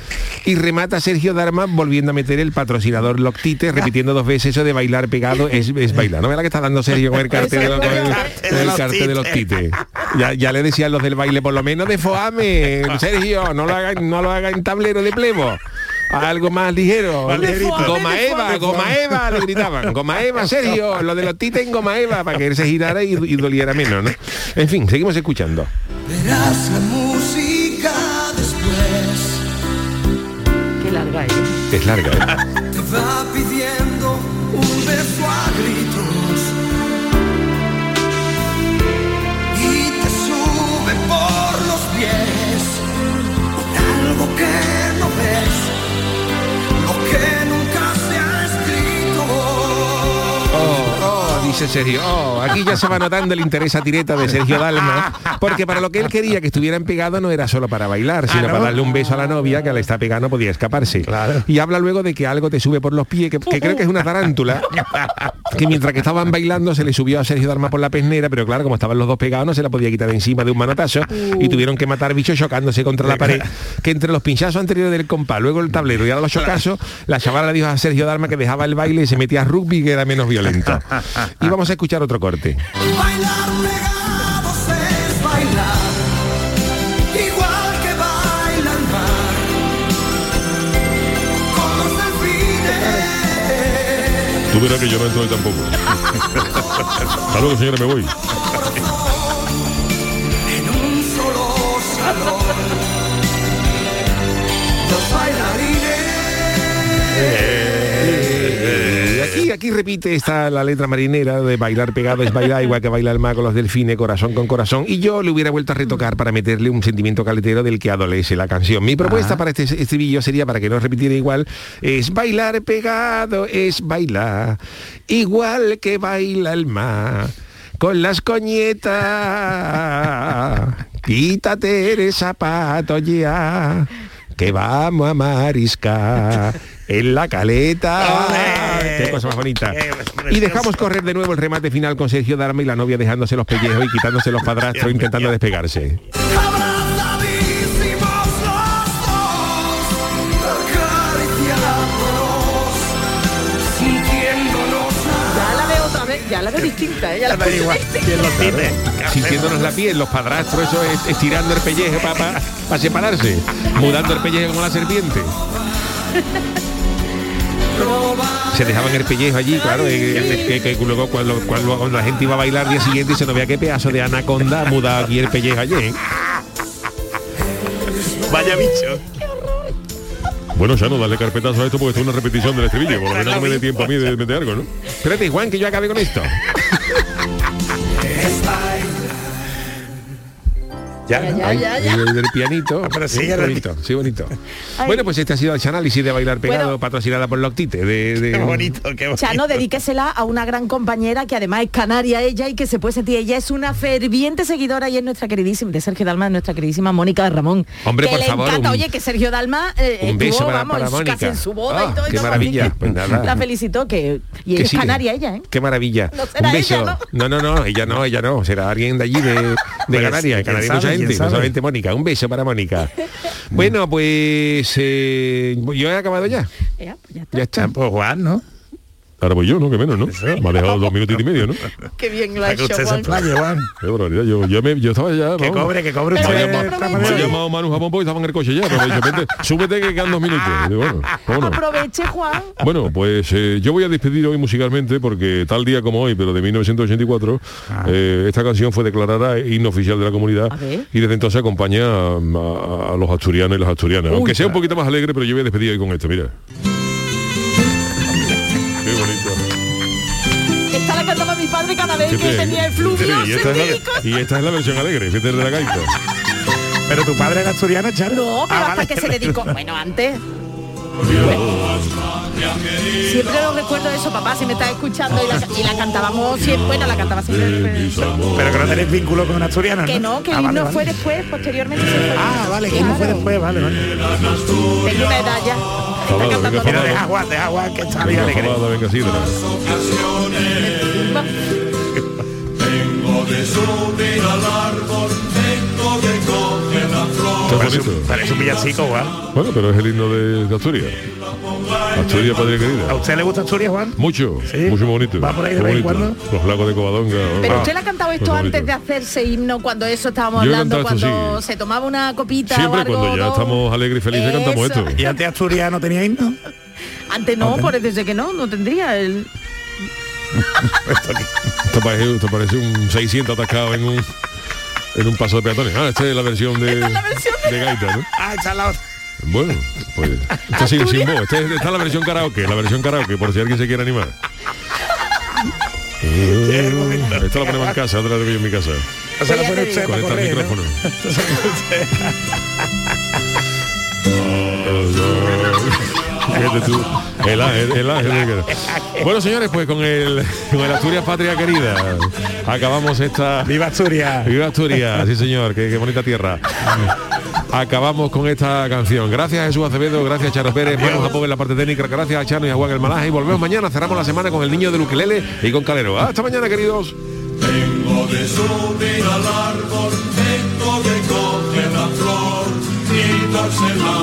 S1: Y remata Sergio Darma volviendo a meter el patrocinador Loctite, repitiendo dos veces eso de bailar pegado es, es bailar. ¿No ve la que está dando Sergio con el cartel, de,
S3: Eso
S1: lo-
S3: es
S1: con el-
S3: bueno.
S1: con el cartel de Loctite? Ya, ya le decían los del baile, por lo menos de foame. Sergio, no lo haga, no lo haga en tablero de plebo. Algo más ligero.
S6: Más ligerito.
S1: Goma
S6: De
S1: Eva,
S6: foame, de
S1: goma
S6: foame.
S1: Eva, le gritaban. Goma Eva, Sergio, lo de los tites en goma Eva, para que él se girara y, y doliera menos, ¿no? En fin, seguimos escuchando.
S5: Verás la música después,
S3: Qué larga es.
S1: Es larga, ¿eh?
S5: te va pidiendo un beso a gritos y te sube por los pies con algo que no ves, lo que nunca se ha escrito.
S1: Oh, oh, dice Sergio. Oh, aquí ya se va notando el interés a tireta de Sergio Dalma, porque para lo que él quería que estuvieran pegados no era solo para bailar, sino
S6: ¿no?
S1: para darle un beso a la novia que al estar pegada no podía escaparse.
S6: Claro.
S1: Y habla luego de que algo te sube por los pies, que, que creo que es una tarántula, que mientras que estaban bailando se le subió a Sergio Dalma por la pesnera, pero claro, como estaban los dos pegados no se la podía quitar de encima de un manotazo y tuvieron que matar bichos chocándose contra la pared, que entre los pinchazos anteriores del compás, luego el tablero y ahora los chocazos, la chavala le dijo a Sergio Dalma que dejaba el baile y se metía a rugby que era menos violento. Y vamos a escuchar otro corte.
S5: Bailar pegados es bailar, igual que bailar mar. Como se olvide,
S7: Tú verás que yo no entro ahí tampoco. Hasta luego, señores, me voy.
S5: corazón, en un solo salón. Los bailarines.
S1: Y Eh, aquí, aquí repite esta la letra marinera de bailar pegado es bailar igual que baila el mar con los delfines, corazón con corazón. Y yo le hubiera vuelto a retocar para meterle un sentimiento caletero del que adolece la canción. Mi propuesta para este estribillo sería, para que no repitiera igual, es bailar pegado, es bailar, igual que baila el mar. Con las coñetas, quítate el zapato ya, que vamos a mariscar en la caleta.
S6: ¡Ole!
S1: ¡Qué cosa más bonita!
S6: Qué precioso.
S1: Y dejamos correr de nuevo el remate final con Sergio Darma y la novia dejándose los pellejos y quitándose los padrastros intentando despegarse.
S5: Abrazadísimos los dos, acariciándonos, sintiéndonos
S3: Ya la veo otra vez, ya la veo distinta, ¿eh? ya la
S6: Da
S3: veo
S6: igual,
S3: distinta.
S6: quien los tiene.
S1: Sintiéndonos la piel, los padrastros, eso es estirando el pellejo para separarse, mudando el pellejo como la serpiente. Se dejaban el pellejo allí, claro, eh, que, que luego cuando, cuando- cuando la gente iba a bailar al día siguiente se no vea qué pedazo de anaconda ha mudado aquí el pellejo allí. ¿eh?".
S6: Vaya bicho.
S7: Bueno, ya no, dale carpetazo a esto porque esto es una repetición del estribillo. Por lo menos no me dé tiempo a mí de, de algo, ¿no?
S1: Espérate, Juan, que yo acabe con esto.
S6: Ya, ¿no?
S3: Ya, ya, ya.
S1: Ahí, el del pianito.
S6: pero sí,
S1: Sí,
S6: era-
S1: bonito, sí, bonito.
S3: Ay.
S1: Bueno, pues este ha sido el análisis de Bailar Pegado,
S3: Bueno.
S1: patrocinada por Loctite. De, de-
S6: Qué bonito, qué bonito.
S3: Chano, dedíquesela a una gran compañera que además es canaria ella y que se puede sentir. Ella es una ferviente seguidora y es nuestra queridísima, de Sergio Dalma, nuestra queridísima Mónica Ramón.
S1: Hombre,
S3: que
S1: por
S3: le
S1: favor,
S3: Encanta.
S1: un-
S3: Oye, que Sergio Dalma eh,
S1: un beso
S3: estuvo,
S1: para-
S3: vamos,
S1: para
S3: en su- casi
S1: Mónica.
S3: en su boda
S1: Ah,
S3: y todo.
S1: qué
S3: y todo, así
S1: maravilla.
S3: que
S1: Pues nada.
S3: La felicitó que... Y
S1: que
S3: es
S1: sigue.
S3: canaria ella, ¿eh?
S1: Qué maravilla.
S3: No será
S1: Un beso.
S3: ella,
S1: ¿no? no, no, ella no, ella no. Será alguien de allí de, de Canarias.
S6: Pues,
S1: En
S6: ¿quién
S1: Canarias hay
S6: sabe?
S1: mucha
S6: ¿quién
S1: gente, no
S6: sabe?
S1: solamente Mónica. Un beso para Mónica. bueno, pues eh, yo he acabado ya.
S3: Ya, pues ya está.
S1: Ya está.
S6: Pues Juan, ¿no?
S7: Ahora voy yo, ¿no? Que menos, ¿no? Me ha dejado dos minutos y medio, ¿no?
S3: Qué bien lo
S6: Para
S3: ha
S6: que
S3: hecho,
S6: usted se
S3: Juan.
S6: explaye, Juan.
S7: Qué barbaridad, yo, yo, me, yo estaba ya...
S6: Que
S7: vamos.
S6: cobre, que cobre
S3: Pero
S7: Me ha
S6: usted.
S3: que
S7: llamado-
S6: esta
S3: aproveche.
S7: me ha
S6: mañana.
S7: llamado Manu Japón porque estaban en el coche ya, pero me ha dicho, "Vente, súbete que quedan dos minutos. Y digo, bueno, vámonos.
S3: Aproveche, Juan.
S7: Bueno, pues eh, yo voy a despedir hoy musicalmente porque tal día como hoy, pero de 1984, eh, esta canción fue declarada himno oficial de la comunidad
S3: Ah. A ver.
S7: y desde entonces acompaña a, a- a los asturianos y las asturianas. Aunque sea un poquito más alegre, pero yo voy a despedir hoy con esto, mira. Qué bonito.
S3: Esta la cantaba mi padre cada vez que
S7: Fíjate,
S3: tenía el fluvio.
S7: fíjate, y, esta es
S3: sentí-
S7: la, y esta es la versión alegre, fíjate de la gaita.
S6: Pero tu padre era asturiano, Chano.
S3: No, Oh, pero
S6: Ah,
S3: hasta
S6: vale.
S3: que se dedicó. Bueno, antes. Siempre lo recuerdo eso, papá, si me estás escuchando y la, y la cantábamos siempre, bueno, la cantaba siempre.
S6: Pero que no tenéis vínculo con un asturiano,
S3: Que no, que el
S6: Ah, vale,
S3: himno
S6: vale.
S3: fue después, posteriormente se fue.
S6: Ah, vale, que no fue después, vale, vale.
S3: Tengo una edad ya. Está
S1: Fabado,
S3: cantando
S1: venga,
S6: Mira,
S1: Fabado.
S6: deja Ah, Juan, deja Juan, que está bien
S1: Venga,
S6: alegre.
S1: fabada, venga, sidra. Está
S6: Parece,
S1: bonito.
S6: un- parece un villancico, Juan.
S1: Bueno, pero es el himno de, de Asturias. Asturias, patria
S6: ¿A
S1: querida.
S6: usted le gusta Asturias, Juan?
S1: Mucho,
S6: Sí.
S1: mucho bonito.
S6: ¿Va por ahí de
S1: Qué
S6: vez en
S1: bonito.
S6: cuando?
S1: Los lagos de Covadonga.
S3: Pero
S1: ah,
S3: usted le ha cantado esto
S1: muy bonito.
S3: antes de hacerse himno, cuando eso estábamos
S1: Yo he
S3: hablando,
S1: cantado esto,
S3: cuando
S1: sí.
S3: se tomaba una copita o
S1: Siempre
S3: algo.
S1: cuando ya
S3: dos.
S1: estamos alegres y felices cantamos
S3: Eso.
S1: esto.
S6: ¿Y antes Asturias no tenía himno?
S3: Antes no, por desde que no, no tendría el.
S1: Esto parece, esto parece un 600 atascado en un, en un paso de peatones. Ah, esta es la versión de,
S3: Esta es la versión de-
S1: de Gaita, ¿no?
S6: Ah, está la otra.
S1: Bueno, pues esta sigue sin voz. Esta, es- esta es la versión karaoke, la versión karaoke, por si alguien se quiere animar. Esta la ponemos en casa, otra la tengo yo en mi casa.
S6: O sea, la
S3: Pues ya
S6: pone
S3: te
S6: usted para
S1: Conecta el
S6: correr, ¿no?
S1: micrófono. Fíjate tú, el ángel, el ángel de Guerra. Bueno, señores, pues con el, con el Asturias Patria Querida acabamos esta...
S6: ¡Viva Asturias!
S1: Viva Asturias, sí señor, qué, qué bonita tierra. Acabamos con esta canción. Gracias Jesús Acevedo, gracias Charo Pérez, Manu Japón en la parte técnica, gracias a Chano y a Juan el Malaje y volvemos mañana, cerramos la semana con el niño de Ukelele y con Calero. Hasta mañana, queridos.
S5: Tengo de subir al árbol, tengo de coger la flor y dársela